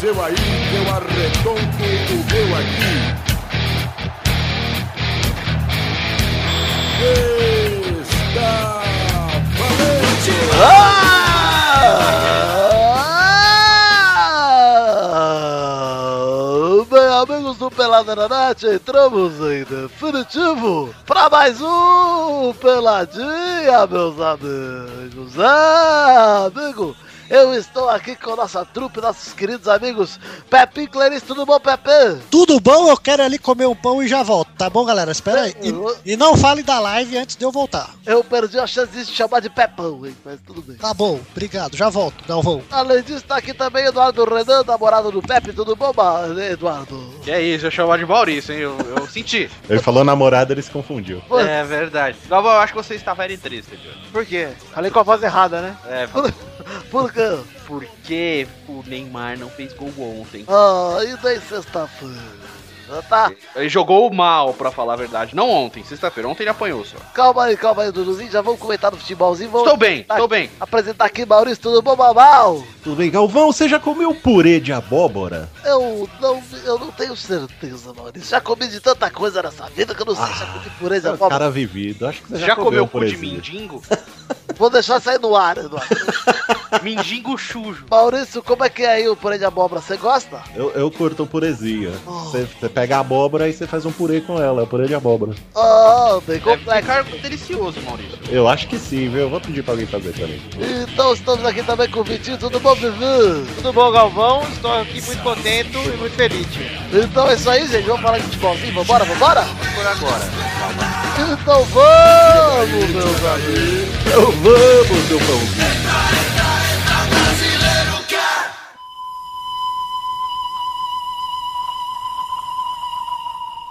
seu aí, eu arredonto o meu aqui. Está valente! Ah! Bem, amigos do Pelada na Net, entramos em definitivo para mais um Peladinha, meus amigos. Ah, amigo, eu estou aqui com a nossa trupe, nossos queridos amigos Pepinho Clarice, tudo bom, Pepe? Tudo bom? Eu quero ali comer um pão e já volto, tá bom, galera? Espera aí. Eu vou- E, e não fale da live antes de eu voltar. Eu perdi a chance de te chamar de Pepão, hein, mas tudo bem. Tá bom, obrigado. Já volto, Galvão. Além disso, tá aqui também Eduardo Renan, namorado do Pepe, tudo bom, Ma- Eduardo? Que é isso, eu chamava de Maurício, hein? Eu, eu senti. Ele falou namorada, ele se confundiu. Pois- É verdade. Galvão, eu acho que você está very triste, Júlio. Por quê? Falei com a voz errada, né? É, Por quê? por que o Neymar não fez gol ontem? Ah, e daí sexta-feira? Tá, Ele jogou mal, pra falar a verdade. Não ontem, sexta-feira. Ontem ele apanhou só. calma aí, calma aí, Duduzinho. Já vamos comentar do futebolzinho. Vamos Estou bem, tá estou bem. apresentar aqui Maurício, tudo bom, Babal? Tudo bem, Galvão, você já comeu purê de abóbora? Eu não, eu não tenho certeza, Maurício. Já comi de tanta coisa nessa vida que eu não sei se já Ah, comi purê de É um abóbora. cara vivido, acho que você já, um Já, um comeu o cu de purezinho. mendigo? Vou deixar sair no ar, Eduardo. mendigo chujo. Maurício, como é que é aí o purê de abóbora? Você gosta? Eu, eu curto um purezinho. Oh. Você, você pega a abóbora e você faz um purê com ela, é purê de abóbora. Ah, bem Deve complexo. ficar delicioso, Maurício. Eu acho que sim, viu? Eu vou pedir pra alguém fazer pra mim. Então estamos aqui também com o Vitinho, tudo bom, Vivi? Tudo bom, Galvão? Estou aqui muito contento e muito feliz. Então é isso aí, gente. Vamos falar de futebolzinho? Vambora, vambora? Por agora. Então vamos, meus amigos. Então vamos, meu pão.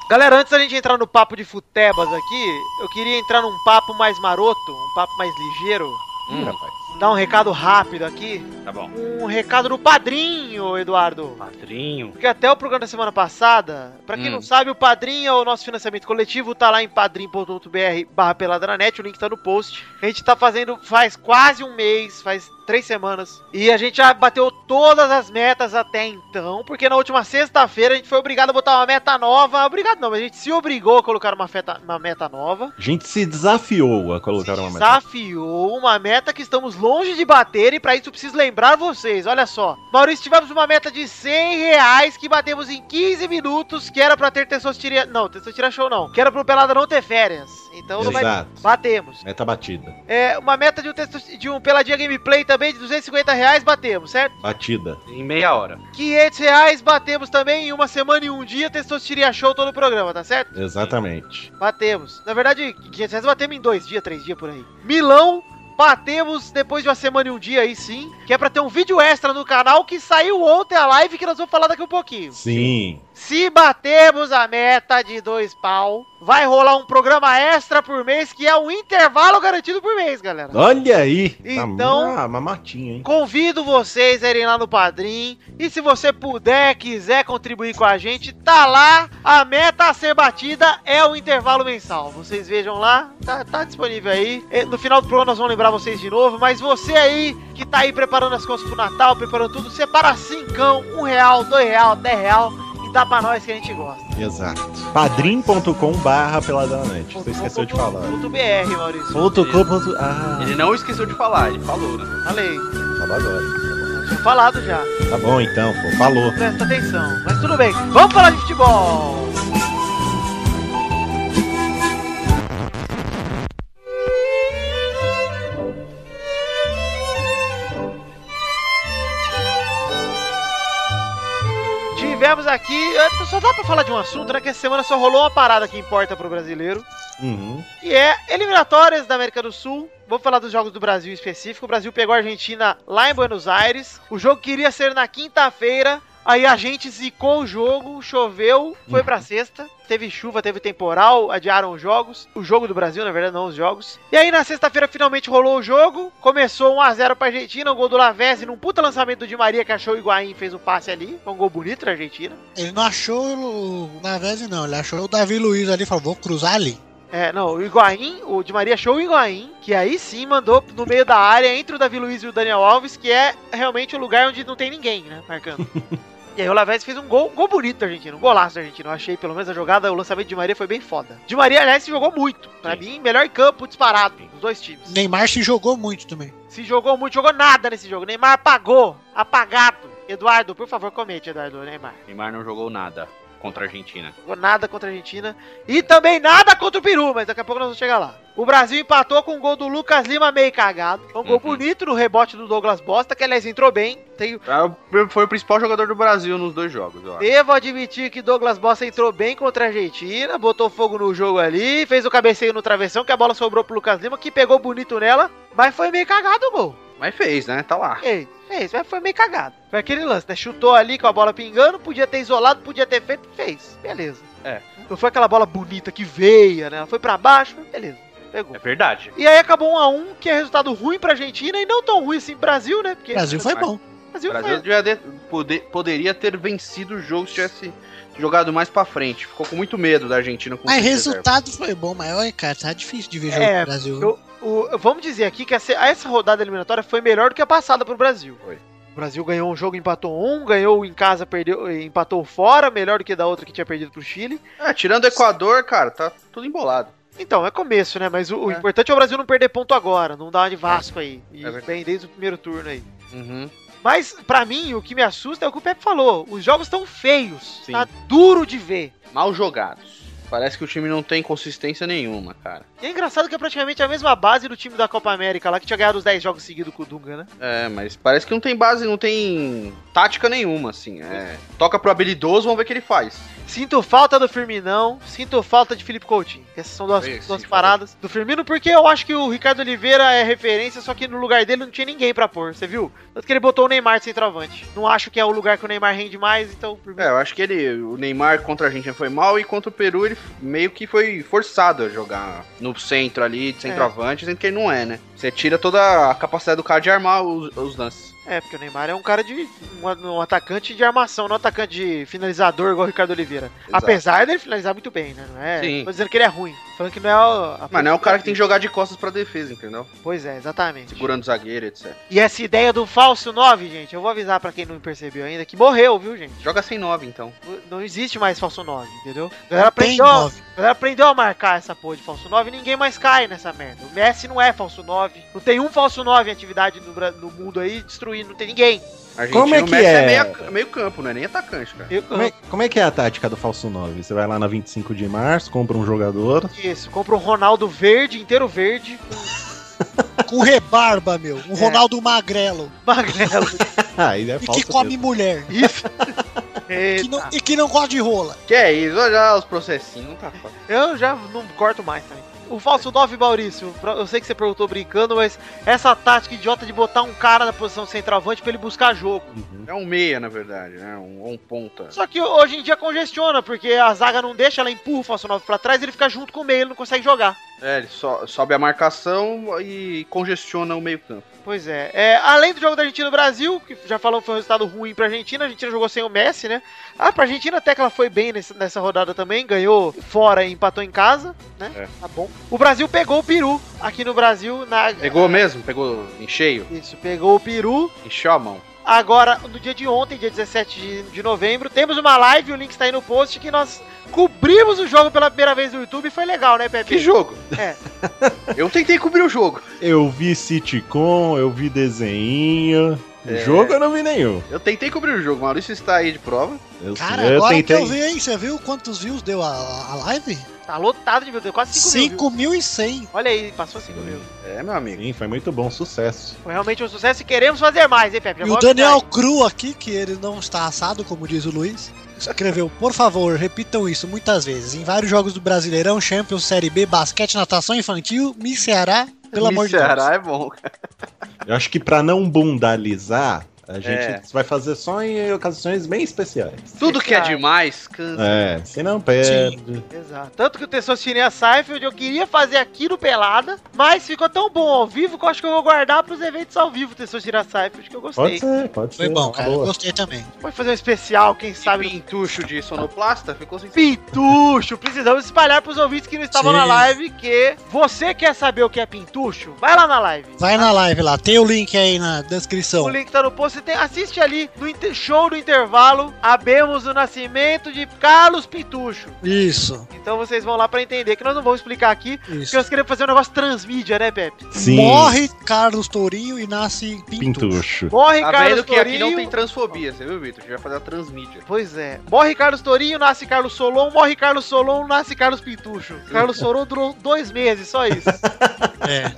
Galera, antes da gente entrar no papo de futebas aqui, eu queria entrar num papo mais maroto, um papo mais ligeiro. Hum, Rapaz. Dar um recado rápido aqui. tá bom. Um recado do padrinho, Eduardo. Padrinho. Porque até o programa da semana passada, pra quem Hum. não sabe, o Padrim é o nosso financiamento coletivo, tá lá em padrim.br barra peladranet, o link tá no post. A gente tá fazendo faz quase um mês, faz três semanas, e a gente já bateu todas as metas até então, porque na última sexta-feira a gente foi obrigado a botar uma meta nova, obrigado não, mas a gente se obrigou a colocar uma, feta- uma meta nova, A gente se desafiou a colocar uma meta. desafiou uma meta que estamos longe de bater, e pra isso eu preciso lembrar vocês, olha só. Maurício, tivemos uma meta de 100 reais que batemos em 15 minutos, que era pra ter testosterona... Não, testosterona show não. Que era pro Pelada não ter férias. Então não vai... Exato. Batemos. Meta batida. É, uma meta de um, testo- de um Peladinha Gameplay também de 250 reais, batemos, certo? Batida. Em meia hora. 500 reais batemos também em uma semana e um dia, testosteria show todo o programa, tá certo? Exatamente. Batemos. Na verdade, 500 reais batemos em dois dias, três dias por aí. Milão, batemos depois de uma semana e um dia aí sim, que é pra ter um vídeo extra no canal que saiu ontem a live que nós vamos falar daqui um pouquinho. Sim. Se batemos a meta de dois pau, vai rolar um programa extra por mês que é um intervalo garantido por mês, galera. Olha aí. Então- Ah, uma matinha, hein? Convido vocês a irem lá no Padrim. E se você puder, quiser contribuir com a gente, tá lá. A meta a ser batida é o intervalo mensal. Vocês vejam lá, tá, tá disponível aí. E No final do programa nós vamos lembrar vocês de novo. Mas você aí que tá aí preparando as coisas pro Natal, preparando tudo, separa cincão, um real, dois real, dez real e dá pra nós que a gente gosta. Exato. Padrim.com barra peladanete. Você esqueceu de falar. Ponto .br, Maurício. Ponto com, ponto... Ah, Ele não esqueceu de falar, ele falou, né? Falei, fala agora. tinha falado já. Tá bom então, pô. Falou. Presta atenção. Mas tudo bem, vamos falar de futebol. Tivemos aqui, eh, só dá pra falar de um assunto, né? Que essa semana só rolou uma parada que importa pro brasileiro, Uhum. que é eliminatórias da América do Sul. Vou falar dos jogos do Brasil em específico. O Brasil pegou a Argentina lá em Buenos Aires. O jogo queria ser na quinta-feira. Aí a gente zicou o jogo, choveu, foi pra sexta. Teve chuva, teve temporal, adiaram os jogos. O jogo do Brasil, na verdade, não os jogos. E aí na sexta-feira finalmente rolou o jogo. Começou 1x0 pra Argentina, um gol do Lavezzi num puta lançamento do Di Maria que achou o Higuaín, fez um passe ali. Foi um gol bonito da Argentina. Ele não achou o Navese, não. Ele achou o Davi Luiz ali e falou: vou cruzar ali. É, não, o Higuaín, o Di Maria achou o Higuaín, que aí sim mandou no meio da área entre o Davi Luiz e o Daniel Alves, que é realmente o lugar onde não tem ninguém, né, marcando. E aí o Lavezzi fez um gol, um gol bonito da Argentina, um golaço da Argentina. Eu achei, pelo menos a jogada, o lançamento de Maria foi bem foda. De Maria, aliás, se jogou muito. Pra Sim. mim, melhor em campo disparado, os dois times. Neymar se jogou muito também. Se jogou muito, jogou nada nesse jogo. Neymar apagou, apagado. Eduardo, por favor, comente, Eduardo, Neymar. Neymar não jogou nada contra a Argentina. Jogou nada contra a Argentina e também nada contra o Peru, mas daqui a pouco nós vamos chegar lá. O Brasil empatou com um gol do Lucas Lima meio cagado. Foi Um gol Uhum. Tá. bonito no rebote do Douglas Bosta, que aliás entrou bem. Tenho- Foi o principal jogador do Brasil nos dois jogos, eu acho. Devo admitir que Douglas Bosta entrou bem contra a Argentina, botou fogo no jogo ali, fez o cabeceio no travessão, que a bola sobrou pro Lucas Lima, que pegou bonito nela, mas foi meio cagado o gol. Mas fez, né? Tá lá. Fez, fez, mas foi meio cagado. Foi aquele lance, né? Chutou ali com a bola pingando, podia ter isolado, podia ter feito, fez. Beleza. É. Não foi aquela bola bonita que veia, né? Ela foi pra baixo, mas beleza. Pegou. É verdade. E aí acabou 1 a 1 que é resultado ruim pra Argentina e não tão ruim assim pro Brasil, né? Porque O Brasil foi bom. Brasil O foi- Brasil devia ter- poder- poderia ter vencido o jogo se tivesse jogado mais pra frente. Ficou com muito medo da Argentina com Mas time reserva. resultado foi bom, mas olha, cara, tá difícil de ver jogo É, do Brasil. eu- o- vamos dizer aqui que essa, essa rodada eliminatória foi melhor do que a passada pro Brasil. Foi. O Brasil ganhou um jogo, empatou um, ganhou em casa, perdeu, empatou fora, melhor do que da outra que tinha perdido pro Chile. É, tirando o Equador, cara, tá tudo embolado. Então, é começo, né? Mas o, o É. importante é o Brasil não perder ponto agora, não dar uma de Vasco aí. E É verdade. bem desde o primeiro turno aí. Uhum. Mas, pra mim, o que me assusta é o que o Pepe falou. Os jogos estão feios. Sim. Tá duro de ver. Mal jogados. Parece que o time não tem consistência nenhuma, cara. E é engraçado que é praticamente a mesma base do time da Copa América lá, que tinha ganhado os 10 jogos seguidos com o Dunga, né? É, mas parece que não tem base, não tem tática nenhuma, assim. É, toca pro habilidoso, vamos ver o que ele faz. Sinto falta do Firminão, sinto falta de Felipe Coutinho. Essas são duas, Sim, duas sim, paradas. Do Firmino, porque eu acho que o Ricardo Oliveira é referência, só que no lugar dele não tinha ninguém pra pôr, você viu? Tanto que ele botou o Neymar de centroavante. Não acho que é o lugar que o Neymar rende mais, então... por mim- É, eu acho que ele, o Neymar contra a Argentina foi mal e contra o Peru ele meio que foi forçado a jogar no centro ali, de centroavante, sendo que ele não é, né? Você tira toda a capacidade do cara de armar os, os lances. É, porque o Neymar é um cara de... Um, um atacante de armação, não um atacante de finalizador igual o Ricardo Oliveira. Exato. Apesar dele finalizar muito bem, né? Não é... Sim. Tô dizendo que ele é ruim. Falando que não é o... a- Mas não é o cara que tem que jogar de costas pra defesa, entendeu? Pois é, exatamente. Segurando o zagueiro, etc. E essa ideia do falso 9, gente, eu vou avisar pra quem não percebeu ainda que morreu, viu, gente? Joga sem nove, então. Não existe mais falso 9, entendeu? A galera, Não tem aprendeu, a nove. galera aprendeu a marcar essa porra de falso 9 e ninguém mais cai nessa merda. O Messi não é falso 9. Não tem um falso 9 em atividade no, Bra- no mundo aí destruindo, não tem ninguém. Argentina, Como é o que Messi é? meia- meio campo, não é nem atacante, cara. Eu, Como é, como é que é a tática do falso 9? Você vai lá na 25 de março, compra um jogador. Isso, compra um Ronaldo verde, inteiro verde, Com rebarba, meu. É. Um Ronaldo magrelo. magrelo. Aí é E falso que come mesmo. mulher. Que não- Eita, e que não gosta de rola. Que é isso, olha lá os processinhos, tá foda. eu já não corto mais também. O falso 9, Maurício, pra- eu sei que você perguntou brincando, mas essa tática idiota de botar um cara na posição centroavante pra ele buscar jogo. Uhum. É um meia, na verdade, né? Um, um ponta. Só que hoje em dia congestiona, porque a zaga não deixa, ela empurra o falso 9 pra trás ele fica junto com o meio, ele não consegue jogar. É, ele so- sobe a marcação e congestiona o meio campo. Pois é. É, além do jogo da Argentina e do Brasil, que já falou que foi um resultado ruim pra Argentina, a Argentina jogou sem o Messi, né? Ah, pra Argentina até que ela foi bem nesse- nessa rodada também, ganhou fora e empatou em casa, né? É. Tá bom. O Brasil pegou o Peru aqui no Brasil, na... Pegou mesmo? Pegou em cheio? Isso, pegou o Peru. Encheu a mão. Agora, no dia de ontem, dia 17 de, de novembro, temos uma live, o link está aí no post, que nós cobrimos o jogo pela primeira vez no YouTube e foi legal, né, Pepe? Que jogo? É. Eu tentei cobrir o jogo. Eu vi sitcom, eu vi desenho. É. Jogo eu não vi nenhum. Eu tentei cobrir o jogo. Maurício está aí de prova. Eu, Cara, eu agora tentei. que eu vi, hein? Você viu quantos views deu a, a live? Tá lotado de meu Deus, quase 5 mil. viu? 5.100. Olha aí, passou 5 mil. É, meu amigo. Sim, foi muito bom, sucesso. Foi realmente um sucesso e queremos fazer mais, hein, Pepe? Já E vou o avisar. Daniel Cru aqui, que ele não está assado, como diz o Luiz, escreveu: Por favor, repitam isso muitas vezes. Em vários jogos do Brasileirão, Champions, Série B, basquete, natação infantil, Miss Ceará, pelo amor de Deus. Ceará é bom, cara. Eu acho que pra não bundalizar, a gente É. vai fazer só em ocasiões bem especiais. Tudo que é Ceará. demais, cansa. É, se não perde. Exato. Tanto que o Tessostinha Seifeld eu queria fazer aqui no Pelada, mas ficou tão bom ao vivo que eu acho que eu vou guardar pros eventos ao vivo, Tessostinha Seifeld, que eu Pode gostei. ser, pode Foi ser. bom, é. uma cara. boa. Gostei também. Pode fazer um especial, quem Sabe, sabe. no- pintucho de sonoplasta ficou sem. Pintucho, precisamos espalhar pros ouvintes que não estavam Sim. na live que você quer saber o que é pintucho? Vai lá na live. Vai na live lá, tem o link aí na descrição. O link tá no post. você tem, assiste ali no inter- show do intervalo, abemos o nascimento de Carlos Pintucho. Isso, Então vocês vão lá pra entender, que nós não vamos explicar aqui, porque isso. nós queremos fazer um negócio transmídia, né, Pepe? Sim. Morre Carlos Tourinho e nasce Pintucho. Pintucho. Morre Tá Carlos vendo que aqui não Tourinho- tem transfobia, você viu, Vitor? A gente vai fazer a transmídia. Pois é. Morre Carlos Torinho, nasce Carlos Solon, morre Carlos Solon, nasce Carlos Pintucho. Carlos Solon durou dois meses, só isso. É.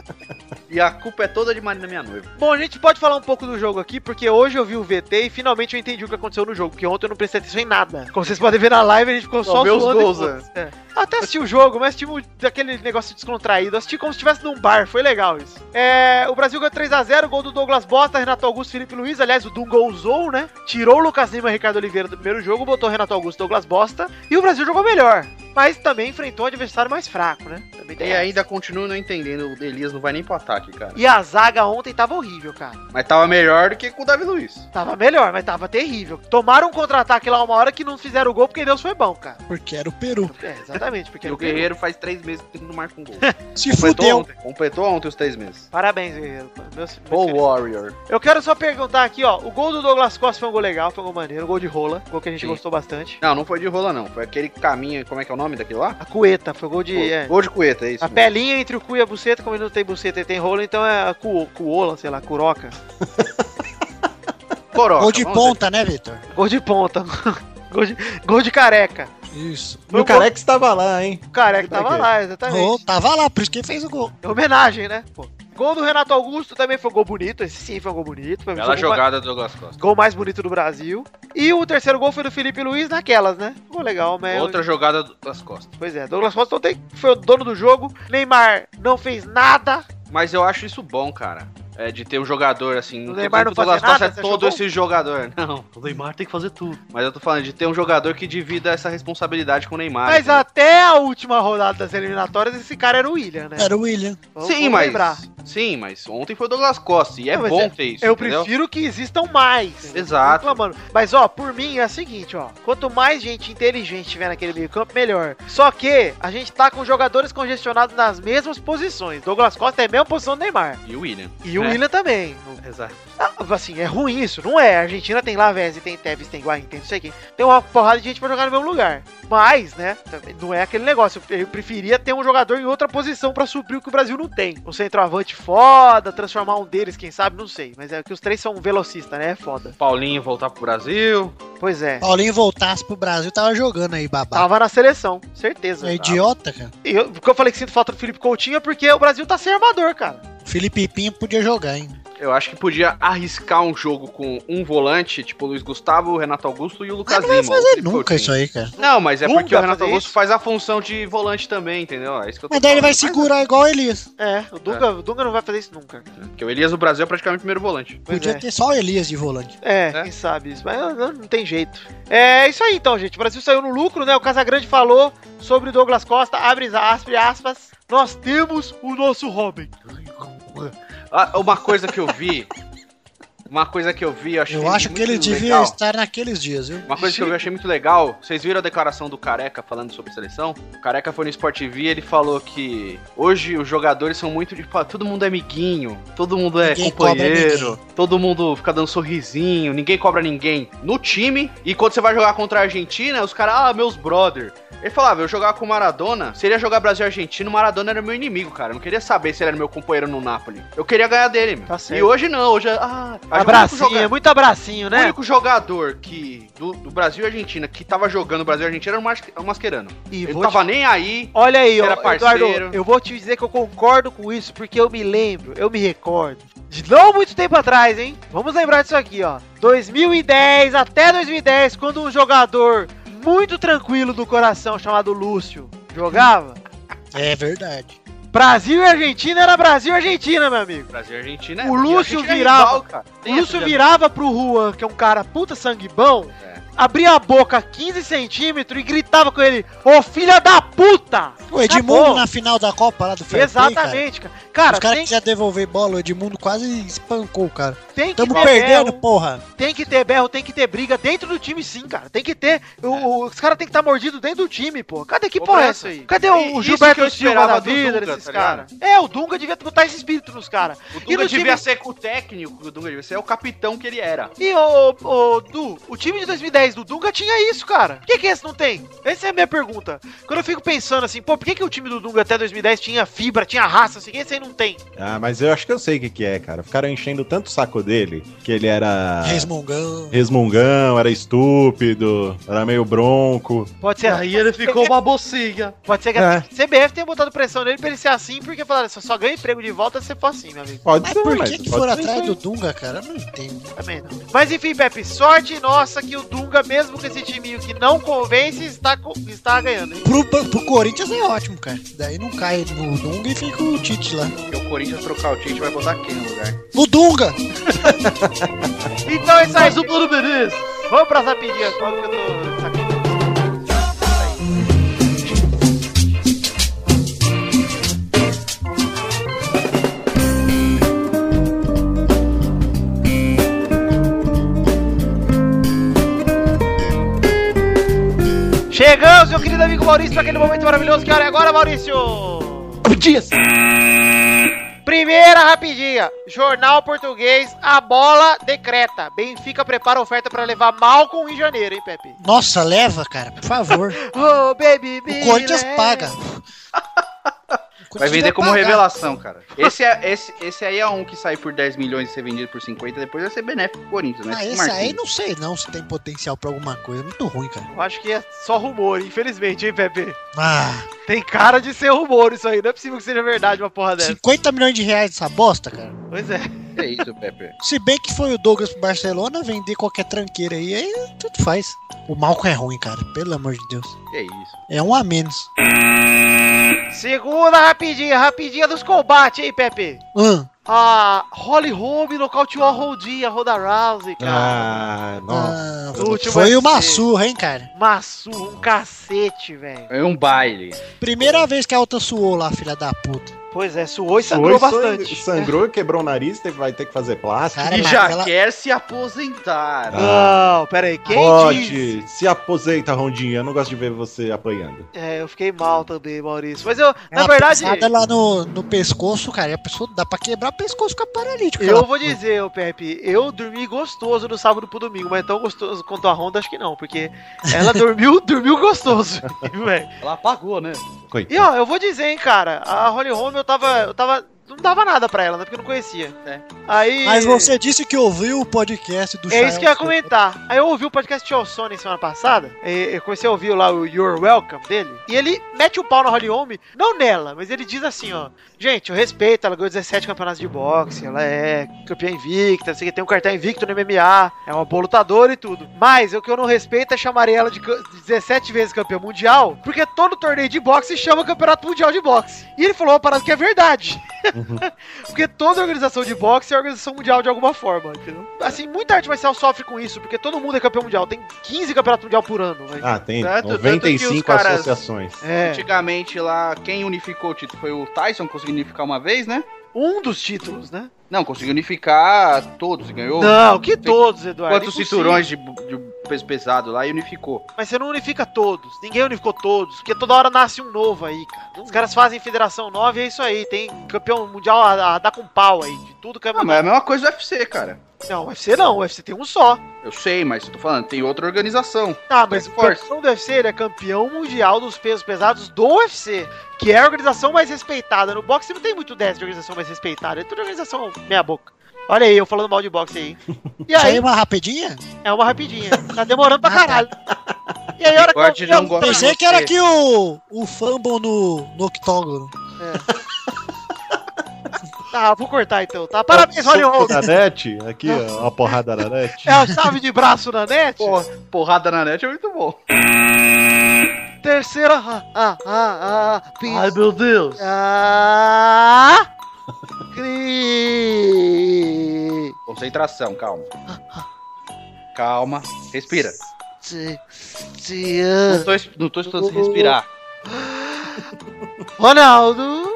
E a culpa é toda de Marina Minha Noiva. Bom, a gente pode falar um pouco do jogo aqui, porque hoje eu vi o VT e finalmente eu entendi o que aconteceu no jogo, porque ontem eu não prestei atenção em nada. Como vocês podem ver na live, a gente ficou só Só vê os zoando e gols, né? foda-se. É. Eu Até assisti o jogo, mas assisti mu- daquele negócio descontraído. Assisti como se estivesse num bar, foi legal isso. É, o Brasil ganhou 3x0, gol do Douglas Bosta, Renato Augusto, Felipe Luiz. Aliás, o Dunga ousou, né? Tirou o Lucas Lima e Ricardo Oliveira do primeiro jogo, botou Renato Augusto e Douglas Bosta. E o Brasil jogou melhor, mas também enfrentou um adversário mais fraco, né? Também tem E essa. ainda continuo não entendendo, o Elias não vai nem pro ataque, cara. E a zaga ontem tava horrível, cara. Mas tava melhor do que com o Davi Luiz. Tava melhor, mas tava terrível. Tomaram um contra-ataque lá uma hora que não fizeram o gol porque Deus foi bom, cara. Porque era o Peru. É, exatamente, porque E o ele ganhou. Guerreiro faz três meses que ele não marca um gol. Se Completou fudeu. ontem. Completou ontem os três meses. Parabéns, Guerreiro. Meus, meus O felizes. Warrior. Eu quero só perguntar aqui, ó. O gol do Douglas Costa foi um gol legal, foi um gol maneiro, um gol de rola, um gol que a gente Sim. gostou bastante. Não, não foi de rola, não. Foi aquele caminho, como é que é o nome daquele lá? A cueta, foi gol de. Gol- é, Gol de cueta, é isso. a mesmo. pelinha entre o cu e a buceta, como ele não tem buceta e tem rola, então é a cu, cuola, sei lá, curoca. Coroca, Gol de vamos ver. ponta, né, Vitor? Gol de ponta. gol, de, gol de careca. Isso. E o Carex estava lá, hein? O careca tava Daquele. lá, exatamente. Gol, tava lá, por isso que ele fez o gol. É homenagem, né? Pô. Gol do Renato Augusto também foi um gol bonito. Esse sim foi um gol bonito. Foi Bela foi o gol jogada do Douglas Costa. mais- Gol mais bonito do Brasil. E o terceiro gol foi do Felipe Luiz naquelas, né? Gol legal, mas. Outra jogada do Douglas Costa. Pois é, Douglas Costa ontem foi o dono do jogo. Neymar não fez nada. Mas eu acho isso bom, cara. É, de ter um jogador assim. O que Neymar não o Douglas fazia nada, Costa você é achou todo bom? esse jogador. Não, o Neymar tem que fazer tudo. Mas eu tô falando de ter um jogador que divida essa responsabilidade com o Neymar. Mas entendeu? até a última rodada das eliminatórias, esse cara era o William, né? Era o William. Vamos- Sim, vamos mas. lembrar. Sim, mas ontem foi o Douglas Costa. E é Não, mas bom é- ter isso. Eu entendeu? prefiro que existam mais. Exato. Reclamando. Mas, ó, por mim é o seguinte, ó. Quanto mais gente inteligente tiver naquele meio campo, melhor. Só que a gente tá com jogadores congestionados nas mesmas posições. Douglas Costa é a mesma posição do Neymar. E o William. E o É. Willian também. Exato. Ah, Assim, é ruim isso, não é? A Argentina tem Lavezzi, tem Tevez, tem Guain, tem não sei quem. Tem uma porrada de gente pra jogar no mesmo lugar. Mas, né, também não é aquele negócio. Eu preferia ter um jogador em outra posição pra suprir o que o Brasil não tem. Um centroavante foda, transformar um deles, quem sabe, não sei. Mas é que os três são velocistas, né? É foda. Paulinho voltar pro Brasil. Pois é. Paulinho voltasse pro Brasil, tava jogando aí, babá. Tava na seleção, certeza. É idiota, cara. E eu, porque eu falei que sinto falta do Felipe Coutinho é porque o Brasil tá sem armador, cara. Felipe Pinho podia jogar, hein? Eu acho que podia arriscar um jogo com um volante, tipo o Luiz Gustavo, o Renato Augusto e o Lucas Mas não vai Lima. o fazer Felipe nunca Coutinho. isso aí, cara. Não, mas é Nunca porque o Renato fazer Augusto isso? faz a função de volante também, entendeu? É isso que eu tô Mas daí ele vai falando. segurar igual o Elias. É, o Dunga, o Dunga não vai fazer isso nunca. Porque o Elias do Brasil é praticamente o primeiro volante. Pois Podia é. ter só o Elias de volante. É, Né? quem sabe isso, mas não, não tem jeito. É isso aí então, gente. O Brasil saiu no lucro, né? O Casagrande falou sobre o Douglas Costa, abre aspas, aspas. Nós temos o nosso Robin. Ah, uma coisa que eu vi. uma coisa que eu vi, eu achei. Eu acho muito que ele devia legal. estar naqueles dias, viu? Uma coisa que eu vi, eu achei muito legal, vocês viram a declaração do Careca falando sobre seleção? O Careca foi no Sport TV e ele falou que hoje os jogadores são muito de. pá, Todo mundo é amiguinho, todo mundo é Ninguém cobra companheiro, todo mundo fica dando um sorrisinho, ninguém cobra ninguém no time. E quando você vai jogar contra a Argentina, os caras, ah, meus brother. Ele falava, eu jogava com o Maradona, seria jogar Brasil e Argentina, o Maradona era meu inimigo, cara. Eu não queria saber se ele era meu companheiro no Napoli. Eu queria ganhar dele, meu. Tá certo. E hoje não, hoje. é, Ah, acho que o único Abracinho, jogador- é muito abracinho, o né? único jogador que do, do Brasil e Argentina que tava jogando o Brasil e Argentina era o, Mas, o Mascherano. E Ele vou não te tava nem aí. tá Olha aí, ó, Era Eduardo, parceiro. eu vou te dizer que eu concordo com isso, porque eu me lembro, eu me recordo. De não muito tempo atrás, hein? Vamos lembrar disso aqui, ó. 2010 até 2010, quando um jogador muito tranquilo do coração, chamado Lúcio, jogava, É verdade. Brasil e Argentina era Brasil e Argentina, meu amigo. Brasil e Argentina O e a Lúcio Argentina é virava. rival, cara. O Tem Lúcio essa, virava pro Juan, que é um cara puta sangue bom, É. abria a boca 15 centímetros e gritava com ele, ô filha da puta! O Edmundo Acabou. na final da Copa lá do Fair Play, é cara. Exatamente, cara. Cara, Os caras tem- quiser devolver bola, o Edmundo quase espancou o cara. Tem que né? Tamo ter perdendo, berro, porra. tem que ter berro, tem que ter briga dentro do time sim, cara. Tem que ter. o- o- os caras tem que estar tá mordido dentro do time, pô. Cadê que É. Ô, porra é Branco, essa aí? e- Cadê e- o isso Gilberto que eu Silva esperava da do vida Dunga, desses tá caras? É, o Dunga devia botar esse espírito nos caras. O E no Dunga devia time- ser o técnico, o Dunga devia ser o capitão que ele era. E o, Du, o time de 2010 do Dunga tinha isso, cara. Por que, que esse não tem? Essa é a minha pergunta. Quando eu fico pensando assim, pô, por que, que o time do Dunga até 2010 tinha fibra, tinha raça, assim, esse aí não tem? Ah, mas eu acho que eu sei o que, que é, cara. Ficaram enchendo tanto o saco dele que ele era Ah. Resmungão. resmungão, era estúpido, era meio bronco. Pode ser, Aí ele ficou uma bocinha. pode ser que É. a CBF tenha botado pressão nele pra ele ser assim, porque falaram, só, só ganha emprego de volta se você for assim, meu amigo. Pode Mas ser, por mas que, que pode foram ser atrás sim. do Dunga, cara? Eu não entendo. Também não. Mas enfim, Pepe, sorte nossa que o Dunga, mesmo com esse timinho que não convence, está, co- está ganhando, hein? Pro, pro Corinthians é ótimo, cara. Daí não cai no Dunga e fica o Tite lá. Porque o Corinthians trocar o Tite vai botar quem no lugar? O Dunga! Então é isso aí. Mas o Bruno Menezes. Vamos pras rapidinhas, quando que eu tô sacando. Chegamos, meu querido amigo Maurício, para aquele momento maravilhoso. Que hora é agora, Maurício? Primeira rapidinha. Jornal português, a bola decreta. Benfica prepara oferta para levar Malcom em janeiro, hein, Pepe? Nossa, leva, cara, por favor. Oh, baby, O Corinthians paga. O Vai Corinthians vender como pagar. revelação, cara. Esse, é, esse, esse aí é um que sai por 10 milhões e ser vendido por 50, depois vai ser benéfico pro Corinthians, né? Ah, esse aí não sei não se tem potencial pra alguma coisa. É Muito ruim, cara. Eu acho que é só rumor, infelizmente, hein, Pepe? Ah, Tem cara de ser rumor isso aí. Não é possível que seja verdade uma É. porra dessa. 50 milhões de reais dessa bosta, cara. Pois é. não... É isso, Pepe. Se bem que foi o Douglas pro Barcelona vender qualquer tranqueira aí, aí tudo faz. O Malcom é ruim, cara. Pelo amor de Deus. Que isso. É um a menos. Segunda rapidinha, rapidinha dos combates, hein, Pepe? Hum. A Holly Holm nocauteou a Rodinha, a Ronda Rousey, cara. Ah, nossa. Ah, O último foi é uma ser. surra, hein, cara. Maçu, um cacete, velho. É um baile. Primeira vez que a outra suou lá, filha da puta. Pois é, suou e Ah, sangrou Foi, bastante. Sangrou, quebrou o nariz, teve- vai ter que fazer plástico. Cara, e mas já ela- quer se aposentar. Não, pera aí, quem diz? Pode, se aposenta, Rondinha. Eu não gosto de ver você apanhando. É, eu fiquei mal também, Maurício. Mas eu, na Ela verdade, pisada lá no, no pescoço, cara. E a pessoa dá pra quebrar o pescoço fica paralítico. eu Ela- vou dizer, ô Pepe, eu dormi gostoso no sábado pro domingo, mas tão gostoso quanto a Honda, acho que não, porque ela dormiu, dormiu gostoso. velho. Ela apagou, né? e ó, eu vou dizer, hein, cara, a Holly Holm eu tava. Eu tava. Não dava nada pra ela, né? Porque eu não conhecia. É. Aí. Mas você disse que ouviu o podcast do É isso que eu ia Chael. comentar. Aí eu ouvi o podcast Tio Sony semana passada. e eu comecei a ouvir lá o You're Welcome dele. E ele mete o pau na Holly Holm, não nela, mas ele diz assim, ó. Gente, eu respeito, ela ganhou 17 campeonatos de boxe, ela é campeã invicta, não sei o que, tem um cartão invicto no MMA, é uma boa lutadora e tudo. Mas o que eu não respeito é chamar ela de ca- 17 vezes campeã mundial, porque todo torneio de boxe chama campeonato mundial de boxe. E ele falou uma parada que é verdade. Porque toda organização de boxe é organização mundial de alguma forma, entendeu? Assim, muita arte marcial sofre com isso, porque todo mundo é campeão mundial. Tem 15 campeonatos mundial por ano, velho. Ah, tem Tanto- tanto que os 95 caras- associações. Ah. É, Antigamente lá, quem unificou o título foi o Tyson, conseguiu unificar uma vez, né? um dos títulos, né? Não, conseguiu unificar todos, ganhou. Não, que todos, Eduardo. Quantos impossível. cinturões de, de peso pesado lá e unificou? Mas você não unifica todos. Ninguém unificou todos. Porque toda hora nasce um novo aí, cara. Os caras fazem Federação 9 e é isso aí. Tem campeão mundial a, a dar com pau aí. De tudo que é. Ah, mas é a mesma coisa do UFC, cara. Não, o UFC não. O UFC tem um só. Eu sei, mas eu tô falando, tem outra organização. Ah, mas o Força. campeão do UFC ele é campeão mundial dos pesos pesados do UFC. Que é a organização mais respeitada. No boxe não tem muito dessa de organização mais respeitada. É tudo organização meia boca. Olha aí, eu falando mal de boxe aí. E Isso aí aí, é uma rapidinha? é uma rapidinha. Tá demorando pra caralho. E aí, a hora que Corte eu... não gosta Pensei de que era você. aqui o, o fumble no, no octógono. Tá, vou cortar então, tá? Parabéns, Rony Soco Holmes. da net, aqui, ó, a porrada da net. É a chave de braço na net? Porra, porrada na net é muito bom. Terceira. Ah, ah, ah, ah, pis- Ai, meu Deus. ah, cri- Concentração, calma. Calma, respira. ti- ti- ah. Não tô, não tô estudando se respirar. Ronaldo.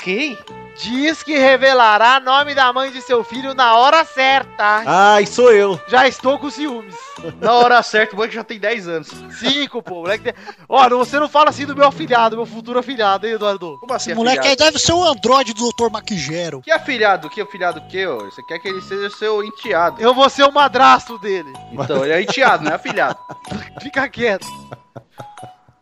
Quem? Diz que revelará nome da mãe de seu filho na hora certa. Ai, sou eu. Já estou com ciúmes. Na hora certa, o moleque já tem 10 anos. Cinco, pô. Moleque... tem- Ó, não- você não fala assim do meu afilhado, meu futuro afilhado, hein, Eduardo? Como assim, O moleque é aí afilhado? deve ser o androide do Dr. Maquigero. Que afilhado? Que afilhado que, ô? Você quer que ele seja seu enteado. Eu vou ser o madrasto dele. Então, ele é enteado, não é afilhado. Fica quieto.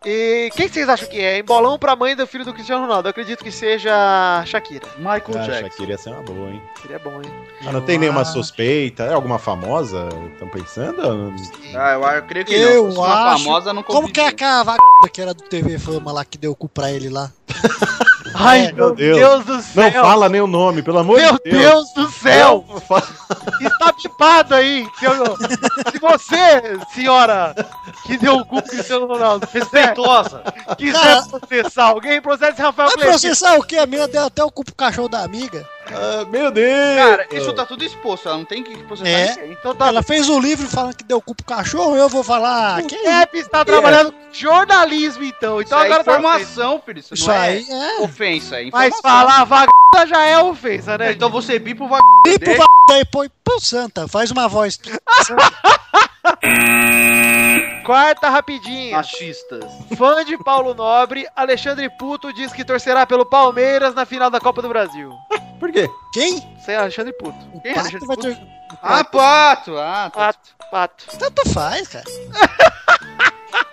E quem que vocês acham que é? Embolão pra mãe do filho do Cristiano Ronaldo. Eu acredito que seja Shakira. Michael Acha Jackson. Ah, que ia ser uma boa, hein? Seria bom, hein? Ah, não tem nenhuma suspeita? É alguma famosa? Estão pensando? Ah, eu, eu creio que Eu não. Se fosse uma acho- famosa, não Como que é convido. aquela vaga que era do TV Fama lá que deu o cu pra ele lá? Ai, É, meu meu Deus, Deus. do céu. Não fala nem o nome, pelo amor Meu de Deus. Deus do céu! Não fala- Está pipado aí! seu- Se você, senhora, que deu o cu pro Cristiano Ronaldo, quiser, Respeitosa. quiser é processar alguém, processe Rafael Vai Clemente. processar o quê? A mina deu até o cu pro cachorro da amiga. Ah, meu Deus. Cara, isso tá tudo exposto, ela não tem que tipo, processar É. ninguém. Então tá, Ela fez o livro falando que deu o cu pro cachorro, eu vou falar. o Que Pepe está trabalhando com jornalismo, então. Então isso agora é tá informação, filho. Isso, Isso não é aí é. ofensa, é Mas informação. falar vaga já é ofensa, né? Então você bipa o va... Limpa o Deixa- b aí, põe pro Santa. Faz uma voz. Quarta rapidinho. machistas. Fã de Paulo Nobre, Alexandre Puto diz que torcerá pelo Palmeiras na final da Copa do Brasil. Por quê? Quem? Você é Alexandre Puto. O Quem? Deixa Pato eu- vai ter. Ah, pato! Ah, tá. Pato, pato. Tanto faz, cara.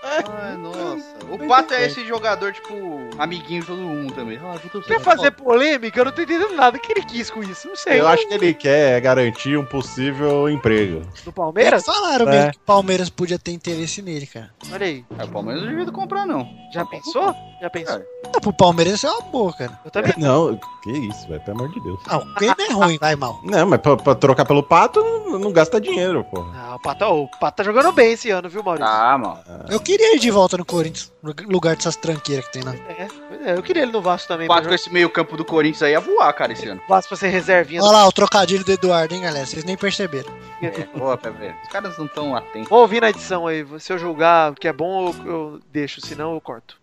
Ai, nossa. O pato é esse jogador, tipo, amiguinho de todo mundo também. Ah, ajuda o Quer seu. fazer polêmica? Eu não tô entendendo nada. O que ele quis com isso? Não sei. Eu acho que ele quer garantir um possível emprego. Do Palmeiras? Falaram É. mesmo que o Palmeiras podia ter interesse nele, cara. Olha aí. É, o Palmeiras não devia comprar, não. Já pensou? Já pensou? Não, pro Palmeiras isso é uma boa, cara. Eu também. Não, que isso, velho, pelo amor de Deus. Ah, o game é ruim, vai mal. Não, mas pra, pra trocar pelo pato, não, não gasta dinheiro, porra. Ah, o Pato, o Pato tá jogando bem esse ano, viu, Maurício? Ah, mano. Eu queria ir de volta no Corinthians, no lugar dessas tranqueiras que tem lá. É, pois é, eu queria ele no Vasco também. O pra pato com jogar. esse meio campo do Corinthians aí ia voar, cara, esse ano. O Vasco pra ser reservinha. Olha lá o trocadilho do Eduardo, hein, galera? Vocês nem perceberam. É, boa, Pepe. Os caras não tão atentos. Vou ouvir na edição aí. Se eu julgar que é bom, eu, eu deixo. Se não, eu corto.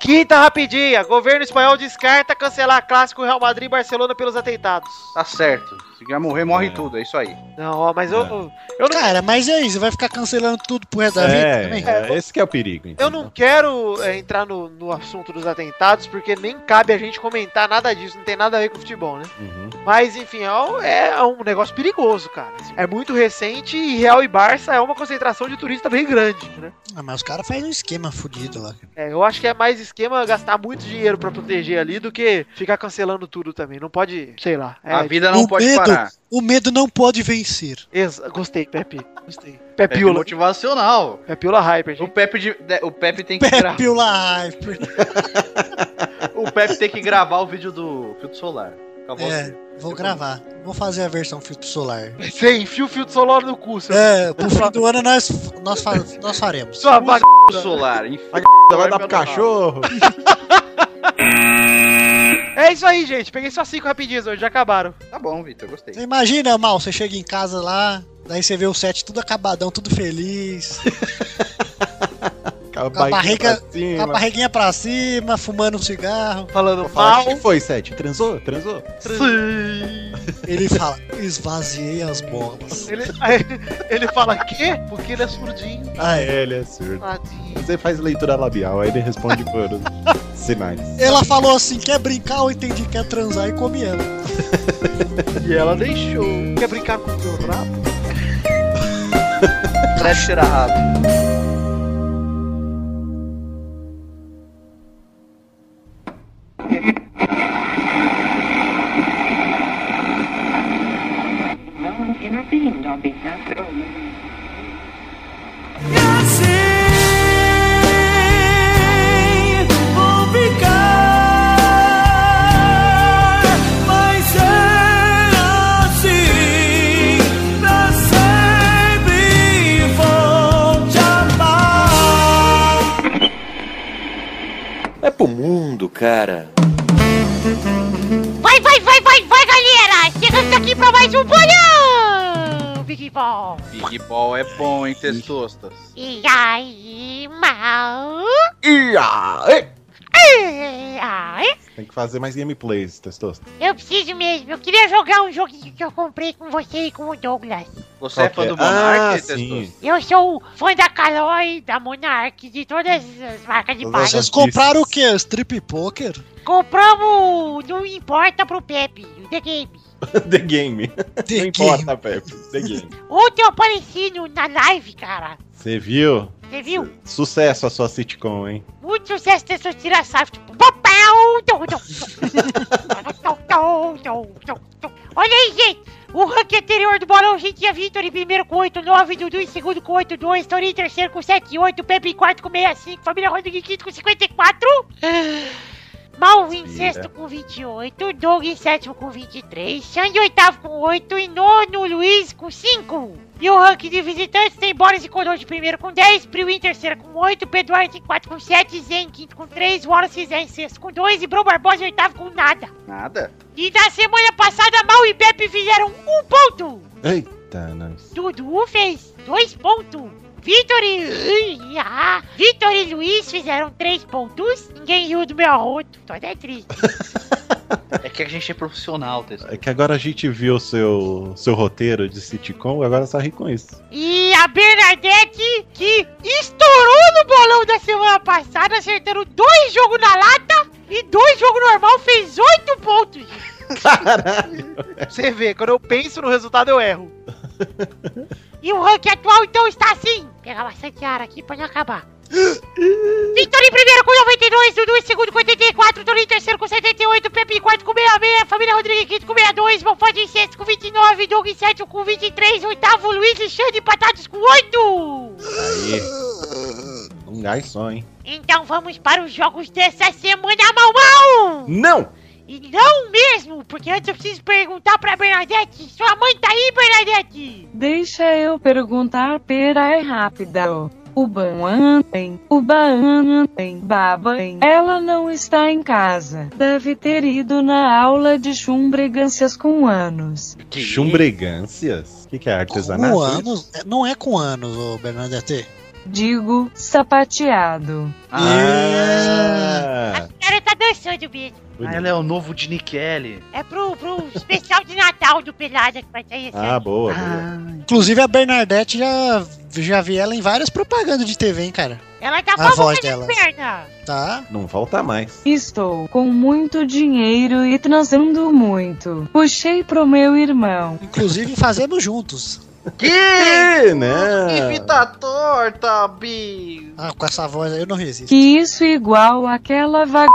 Quinta rapidinha. Governo espanhol descarta cancelar clássico Real Madrid e Barcelona pelos atentados. Tá certo. Se quer morrer, morre É. tudo. É isso aí. Não, ó, mas eu, eu, eu não, Cara, mas é isso, vai ficar cancelando tudo pro resto da vida Tá também? É, é, esse que é o perigo. eu não quero é, entrar no, no assunto dos atentados, porque nem cabe a gente comentar nada disso. Não tem nada a ver com futebol, né? Uhum. Mas enfim, é um- é um negócio perigoso, cara. É muito recente e Real e Barça é uma concentração de turista bem grande, né? Ah, mas os caras fazem um esquema fudido lá. cara. É, eu acho que é mais esquema gastar muito dinheiro pra proteger ali do que ficar cancelando tudo também. Não pode, sei lá. É, a vida não o pode medo- parar. O medo não pode vencer. ex- Gostei, Pepe. Gostei. Pepe Pepiola. É motivacional. Pepiola Hyper, O gente. Pepe, de- de- o Pepe tem que gravar. Pepe lá, Hyper. O Pepe tem que gravar o vídeo do filtro solar. Com a voz É. dele. Vou gravar. Vou fazer a versão filtro solar. Você enfia o fio de solar no cu, seu... É, pro fim do ano nós, nós, fa- nós faremos. Sua vaga. Filtro solar, enfim. Vai dar pro cachorro. É isso aí, gente. Peguei só cinco rapidinhas hoje, já acabaram. Tá bom, Vitor, gostei. Você imagina, Mal, você chega em casa lá, daí você vê o set tudo acabadão, tudo feliz, Com a barriga- pra com a cima. barriguinha pra cima, fumando um cigarro. Falando Fala, mal. o que foi, Sete? Transou? Transou? Ele fala, esvaziei as bolas. Ele, ele fala quê? Porque ele é surdinho. Ah, é, ele é surdo. Tadinho. Você faz leitura labial, aí ele responde por sinais. Ela falou assim, quer brincar? Eu entendi, quer transar e come ela. E ela deixou. Quer brincar com o meu rabo? Deve tirar rápido. No one intervened on behalf of Roman. Vai pro mundo, cara. Vai, vai, vai, vai, vai, galera! Chegamos aqui pra mais um bolão! Big Ball! Big Ball é bom, hein, testostas. E aí, mal? Ia! Ei! Ai, ai. Tem que fazer mais gameplays, testoso. Eu preciso mesmo. Eu queria jogar um joguinho que eu comprei com você e com o Douglas. Você é Qual fã que do ah, Monark, sim. Eu sou fã da Caloi, da Monarch, de todas as marcas de Todas baixo. as- Vocês compraram o quê? Strip poker? Compramos o Não Importa pro Pepe, o The Game. The é Game. The Não importa, Pepe. The Game. Ontem eu apareci no- na live, cara. Você viu? Você viu? Sucesso a sua sitcom, hein? Muito sucesso dessa tira safra. Tipo, papau! Tom, tom, tom. Tom, tom, tom, tom. Olha aí, gente! O ranking anterior do bolão, a gente tinha Vitor em primeiro com 8,9, Dudu em segundo com 8,2, Torinho em terceiro com 7,8, Pepe em quarto com 65, Família Rodrigues em quinto com 54, Mal em Respira. sexto com 28, Doug em sétimo com 23, Xande em oitavo com 8 e nono Luiz com 5. E o ranking de visitantes tem Boris e Coroa de primeiro com 10, Priu em terceiro com 8, Pedro Aires em quarto com 7, Zé em quinto com 3, Wallace e Zé em sexto com 2 e Bro Barbosa em oitavo com nada. Nada. E na semana passada, Mal e Pepe fizeram um ponto. Eita, nós. Dudu fez dois pontos. Vitor e. Ih, ah, Vitor e Luiz fizeram três pontos. Ninguém riu do meu arroto. Tô até triste. É que a gente é profissional, Testoso. É que agora a gente viu o seu, seu roteiro de sitcom, agora só ri com isso. E a Bernadette, que estourou no bolão da semana passada, acertando dois jogos na lata e dois jogos normal, fez oito pontos. Você vê, quando eu penso no resultado, eu erro. E o ranking atual então está assim. Vou pegar bastante ar aqui pra não acabar. Vitor em primeiro com 92, Dudu em segundo com 84, Torinho em terceiro com 78, Pepe em quarto com 66, Família Rodrigues em quinto com 62, Bonfante em sexto com 29, Doug em sétimo com 23, oitavo Luiz e Xande empatados com 8. Aí. Um gás só, hein? Então vamos para os jogos dessa semana, mal mal! Não! E não mesmo, porque antes eu preciso perguntar pra Bernadette. Sua mãe tá aí, Bernadette? Deixa eu perguntar, pera é rápida. ó. O Banan tem, o Banan tem, baba tem. Ela não está em casa. Deve ter ido na aula de chumbregâncias com anos. Chumbregâncias? O que, que é artesanato? Com anos? É, Não é com anos, ô Bernadette. Digo, sapateado. Ah! Ela tá dançando mesmo. Bonito. Ah, ela é o novo de Kelly. É pro, pro especial de Natal do Pelada que vai sair esse Ah, ano. boa, boa. Ah, Inclusive a Bernadette já, já vi ela em várias propagandas de TV, hein, cara. Ela tá a com voz a dela. perna. Tá? Não volta mais. Estou com muito dinheiro e transando muito. Puxei pro meu irmão. Inclusive fazemos juntos. Que? Não! Que vida torta, Bi! Ah, com essa voz aí eu não resisto. Que isso igual àquela vaga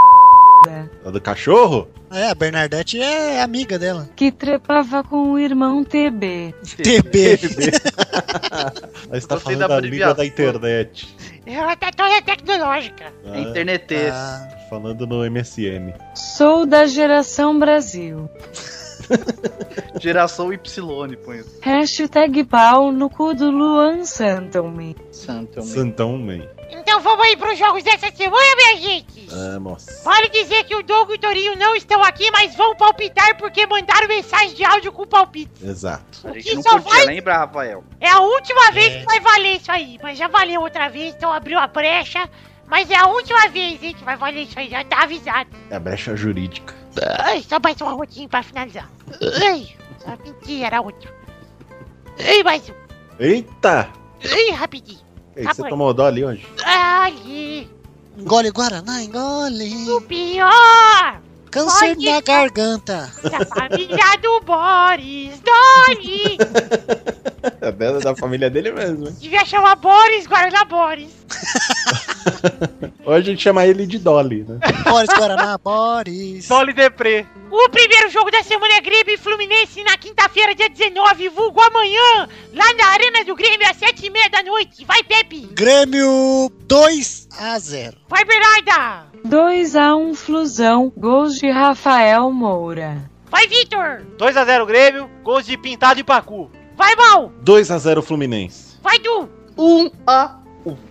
A Tá do cachorro? É, a Bernadette é amiga dela. que trepava com o irmão TB. TB. Ela está Gostei tá falando da da língua da abreviação. internet. Ela tá toda tecnológica. Ah, É internetês. Ah, falando no MSN. Sou da geração Brasil. geração Y, põe. isso. Hashtag pau no cu do Luan Santomi. Santo, amor. Santão, man. Então vamos aí pros jogos dessa semana, minha gente. Ah, nossa. Vale dizer que o Doug e o Torinho não estão aqui, mas vão palpitar porque mandaram mensagem de áudio com palpite. Exato. A que gente não só podia lembrar, Rafael. É a última vez que vai valer isso aí. Mas já valeu outra vez, então abriu a brecha. Mas é a última vez, hein, que vai valer isso aí. Já tá avisado. É a brecha jurídica. Ai, só mais um arrotinho pra finalizar. Ai, só mentira, era outro. Ai, mais um. Eita! Ai, rapidinho. Ei, Tá você bom. tomou dó ali hoje? Ali, engole Guaraná, engole. o pior Câncer Pode- na garganta. da família do Boris Doni. É dela da família dele mesmo, hein? Devia chamar Boris, guarda Boris. Hoje a gente chama ele de Dolly, né? Boris Guaraná, Boris. Dolly Deprê. O primeiro jogo da semana é Grêmio e Fluminense na quinta-feira, dia 19, vulgo amanhã, lá na Arena do Grêmio, às sete e meia da noite. Vai, Pepe. Grêmio 2 a 0. Vai, Bernarda. 2 a 1 Flusão, gols de Rafael Moura. Vai, Vitor. 2x0 Grêmio, gols de Pintado e Pacu. Vai, Mal. 2x0 Fluminense. Vai, Du. 1 a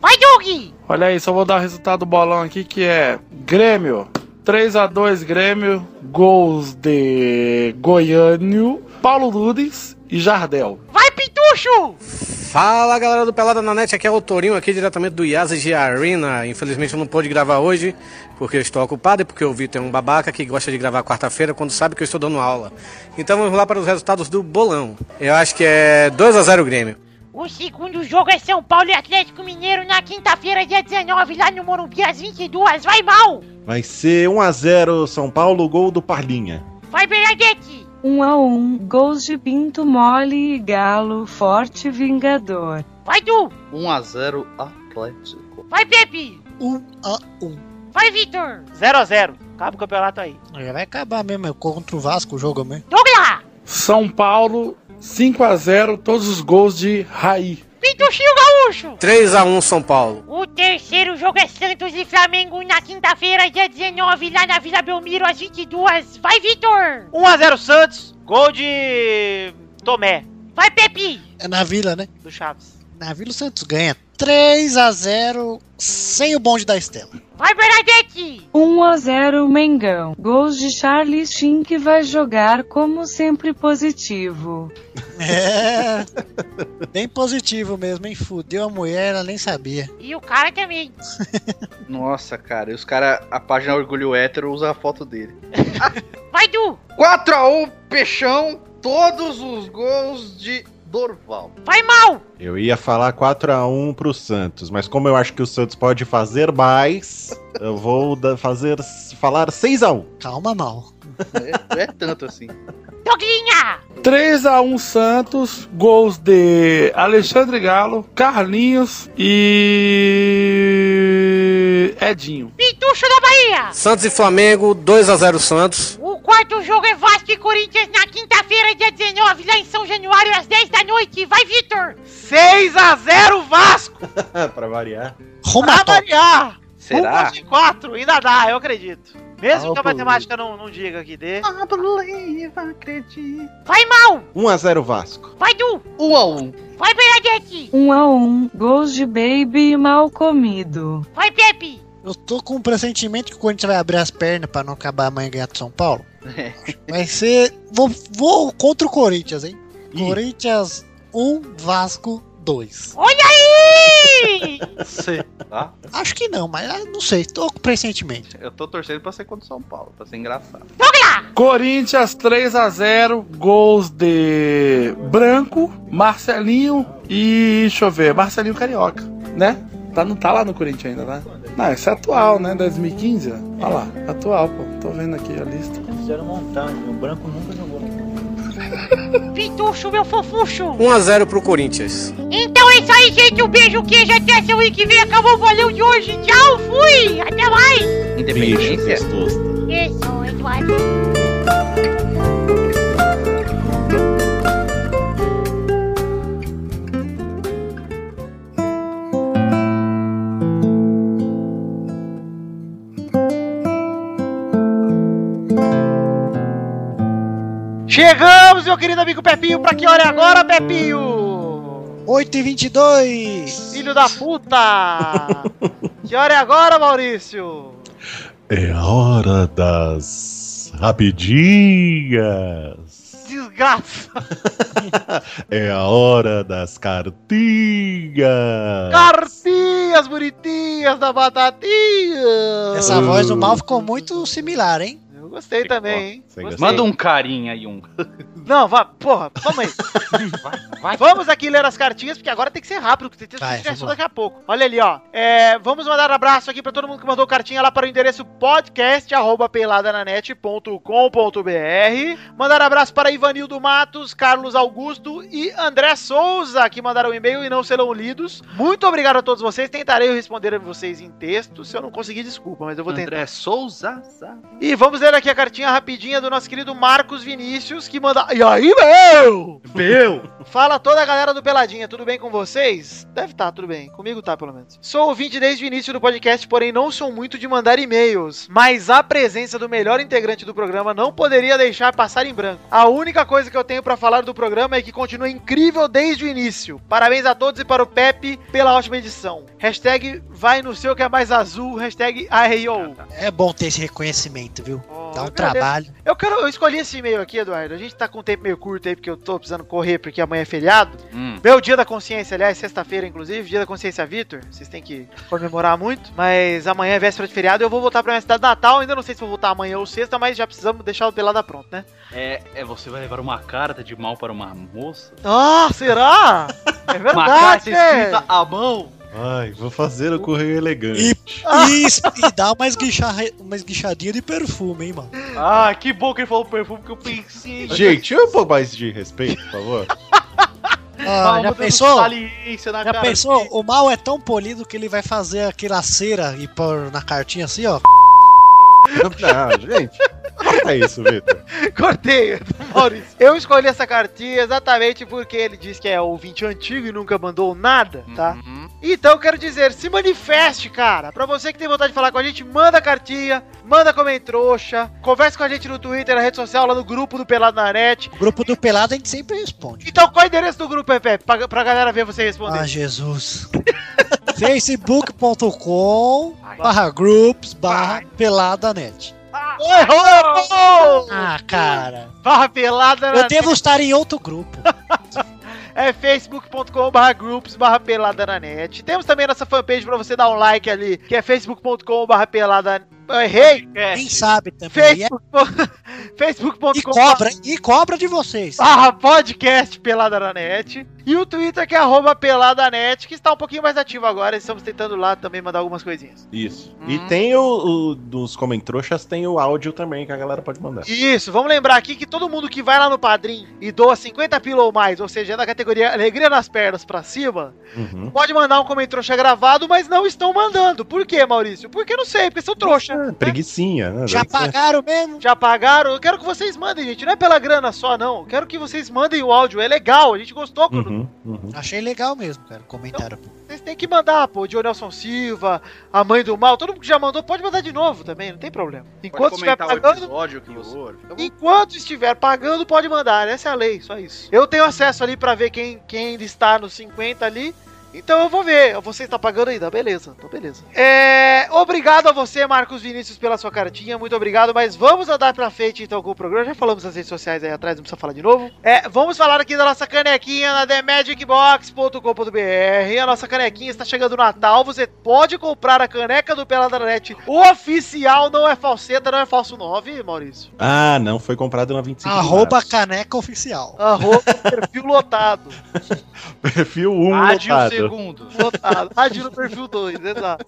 Vai, Doug. Olha aí, só vou dar o resultado do bolão aqui que é Grêmio 3 a 2 Grêmio, gols de Goiânio, Paulo Ludes e Jardel. Vai, Pitucho. Fala galera do Pelada na Net, aqui é o Torinho, aqui diretamente do Yasa de Arena. Infelizmente eu não pude gravar hoje porque eu estou ocupado e porque o Vitor é um babaca que gosta de gravar quarta-feira quando sabe que eu estou dando aula. Então vamos lá para os resultados do bolão. Eu acho que é 2 a 0 Grêmio. O segundo jogo é São Paulo e Atlético Mineiro na quinta-feira, dia 19, lá no Morumbi, às 22. Vai mal! Vai ser 1x0 São Paulo, gol do Parlinha. Vai, Bernadette! 1 a 1 gols de Pinto Mole e Galo Forte Vingador. Vai, Du! 1x0 Atlético. Vai, Pepe! 1x1. Vai, Vitor! 0x0. Acaba o campeonato aí. Já vai acabar mesmo, é contra o Vasco o jogo mesmo. Douglas! São Paulo, 5x0, todos os gols de Raí. Pintuchinho Gaúcho! 3 a 1 São Paulo. O terceiro jogo é Santos e Flamengo na quinta-feira, dia 19, lá na Vila Belmiro, às 22. Vai, Vitor! 1x0 Santos, gol de Tomé, Vai, Pepe! É na Vila, né? do Chaves. Na Vila o Santos ganha 3x0 sem o bonde da Estela. Vai, Bernadette! 1 a 0 Mengão. Gols de Charlie Sheen que vai jogar como sempre positivo. É. Bem positivo mesmo, hein? Fudeu a mulher, ela nem sabia. E o cara também. Nossa, cara, e os caras, a página Orgulho Hétero usa a foto dele. Vai, Du! 4x1 Peixão, todos os gols de Dorval. Vai, Mal! Eu ia falar 4x1 pro Santos, mas como eu acho que o Santos pode fazer mais, eu vou da- fazer falar 6x1. Calma, mal. É, não é tanto assim. Douglinha! 3x1 Santos, gols de Alexandre Galo, Carlinhos e. Edinho. Pintucho da Bahia! Santos e Flamengo, 2 a 0 Santos. O quarto jogo é Vasco e Corinthians na quinta-feira, dia 19, lá em São Januário, às 10 da noite. Vai, Vitor! 6x0 Vasco! É, pra variar. Pra Romató. variar! Um Será? de 4, ainda dá, eu acredito. Mesmo que a Pablo. matemática não, não diga que dê. Vai, Mal! 1x0 Vasco. Vai, Du! 1x1. Vai, Bernadette! 1 a 1 gols de Baby e Mal Comido. Vai, Pepe! Eu tô com um pressentimento que o Corinthians vai abrir as pernas pra não acabar amanhã e ganhar do São Paulo. Vai ser. Vou, vou contra o Corinthians, hein? Corinthians 1, Vasco 2. Olha aí! Tá? Acho que não, mas ah, não sei. Tô com pressentimento. Eu tô torcendo pra ser contra o São Paulo, pra ser engraçado. Corinthians 3x0, gols de Branco, Marcelinho e. Deixa eu ver, Marcelinho Carioca, né? Tá, não tá lá no Corinthians ainda, né? Não, isso é atual, né? 2015? né? Olha lá, atual, pô. Tô vendo aqui a lista. Fizeram montagem, o branco nunca jogou. Pintucho, meu fofucho! 1 a 0 pro Corinthians. Então é isso aí, gente. Um beijo, queijo. Até semana que vem. Acabou o bolão de hoje. Tchau, fui! Até mais! Bicho, Independência. testoso. Isso, Eduardo. Chegamos, meu querido amigo Pepinho, pra que hora é agora, Pepinho? 8 e 22. Filho da puta! que hora é agora, Maurício? É a hora das rapidinhas. Desgraça! É a hora das cartinhas. Cartinhas bonitinhas da batatinha! Essa voz do mal ficou muito similar, hein? Eu gostei também, hein? Sem Gostei. graça. Manda um carinha aí, um. Não, vá, porra, vamos aí. Vamos aqui ler as cartinhas, porque agora tem que ser rápido, porque tem Vai, que vamos ser lá. daqui a pouco. Olha ali, ó. É, vamos mandar um abraço aqui pra todo mundo que mandou cartinha lá para o endereço podcast.peladananet.com.br. Mandar um abraço para Ivanildo Matos, Carlos Augusto e André Souza, que mandaram um e-mail e não serão lidos. Muito obrigado a todos vocês. Tentarei responder a vocês em texto. Se eu não conseguir, desculpa, mas eu vou tentar. André Souza. E vamos ler aqui a cartinha rapidinha do nosso querido Marcos Vinícius, que manda. E aí, meu? Meu! Fala toda a galera do Peladinha, tudo bem com vocês? Deve tá, tudo bem. Comigo tá, pelo menos. Sou ouvinte desde o início do podcast, porém não sou muito de mandar e-mails. Mas a presença do melhor integrante do programa não poderia deixar passar em branco. A única coisa que eu tenho pra falar do programa é que continua incrível desde o início. Parabéns a todos e para o Pepe pela ótima edição. Hashtag vai no seu que é mais azul, hashtag ARIO. É bom ter esse reconhecimento, viu? Ó, Dá um agradeço. trabalho. Eu, quero, eu escolhi esse e-mail aqui, Eduardo. A gente tá com um tempo meio curto aí, porque eu tô precisando correr, porque amanhã é feriado. Hum. Meu dia da consciência, aliás, sexta-feira, inclusive, dia da consciência Vitor. Vocês têm que comemorar muito. Mas amanhã é véspera de feriado. Eu vou voltar pra minha cidade natal. Ainda não sei se vou voltar amanhã ou sexta, mas já precisamos deixar o pelada pronto, né? É, é, você vai levar uma carta de mal para uma moça? Ah, será? É uma verdade, carta né? escrita à mão? Ai, vou fazer o correio elegante. E, e, e dá uma, esguicharre- uma esguichadinha de perfume, hein, mano? Ah, que bom que ele falou perfume que eu pensei. Gente, um pouco mais de respeito, por favor. Ah, já botando pensou? saliência na Já cara. pensou? O mal é tão polido que ele vai fazer aquela cera e pôr na cartinha assim, ó. Não, gente. É isso, Vitor. Cortei, Maurício. Eu escolhi essa cartinha exatamente porque ele diz que é ouvinte antigo e nunca mandou nada, tá? Então eu quero dizer, se manifeste, cara. Pra você que tem vontade de falar com a gente, manda cartinha, manda como trouxa, conversa com a gente no Twitter, na rede social, lá no grupo do Pelado na Net. Grupo do Pelado a gente sempre responde. Então qual é o endereço do grupo, Pepe? Pra, pra galera ver você responder. Ah, Jesus. Facebook.com barra groups barra peladanet. Errou! Ah, cara. Barra pelada na Eu devo estar em outro grupo. é facebook.com.br groups barra pelada na net. Temos também nossa fanpage pra você dar um like ali, que é facebook.com.br pelada... Eu Errei! Quem sabe também. é- Facebook... facebook.com.br E cobra, e cobra de vocês. barra podcast Pelada na Net. E o Twitter que é arroba peladanet, que está um pouquinho mais ativo agora. Estamos tentando lá também mandar algumas coisinhas. Isso. Hum. E tem o, o dos comentroxas, tem o áudio também que a galera pode Uhum. mandar. Isso, vamos lembrar aqui que todo mundo que vai lá no Padrim e doa 50 pila ou mais, ou seja, é da categoria Alegria nas Pernas pra cima, Uhum. pode mandar um comentário gravado, mas não estão mandando. Por quê, Maurício? Porque não sei, porque são trouxa. Preguicinha, né? Já pagaram mesmo? Já pagaram? Eu quero que vocês mandem, gente. Não é pela grana só, não. Eu quero que vocês mandem o áudio. É legal, a gente gostou quando Uhum. Achei legal mesmo, cara. Comentaram. Vocês têm que mandar, pô. Diogo Nelson Silva, a mãe do mal, todo mundo que já mandou pode mandar de novo também, não tem problema. Enquanto estiver comentar o pagando, episódio que horror. Um enquanto estiver pagando, pode mandar. Essa é a lei, só isso. Eu tenho acesso ali pra ver quem, quem ainda está nos 50 ali. Então eu vou ver. Você está pagando ainda? Beleza, então beleza. É, obrigado a você, Marcos Vinícius, pela sua cartinha. Muito obrigado. Mas vamos andar pra frente então com o programa. Já falamos as redes sociais aí atrás, não precisa falar de novo. É, vamos falar aqui da nossa canequinha na TheMagicBox.com.br. A nossa canequinha está chegando o Natal. Você pode comprar a caneca do Peladranet oficial. Não é falseta, não é falso 9, Maurício. Ah, não, foi comprado na 25 de Arroba caneca oficial. Arroba perfil lotado. março. Perfil 1 Rádio lotado. segundo. Lotado. Rádio no perfil 2, exato.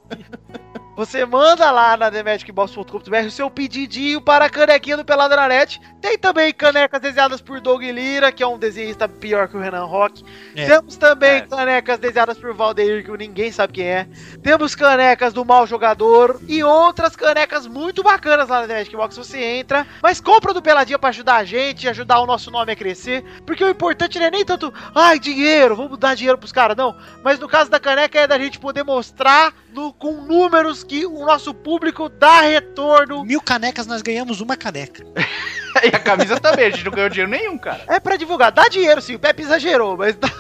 Você manda lá na TheMagicBox.com.br o seu pedidinho para a canequinha do Pelada na Net. Tem também canecas desenhadas por Doug Lira, que é um desenhista pior que o Renan Rock. É. Temos também canecas desenhadas por Valdeir, que ninguém sabe quem é. Temos canecas do Mal Jogador e outras canecas muito bacanas lá na The Magic Box. Você entra, mas compra do Peladinha pra ajudar a gente, ajudar o nosso nome a crescer. Porque o importante não é nem tanto, ai, dinheiro, vamos dar dinheiro pros caras, não. Mas no caso da caneca é da gente poder mostrar no- com números que o nosso público dá retorno. Mil canecas, nós ganhamos uma caneca. e a camisa também, a gente não ganhou dinheiro nenhum, cara. É pra divulgar, dá dinheiro sim, o Pepe exagerou, mas dá-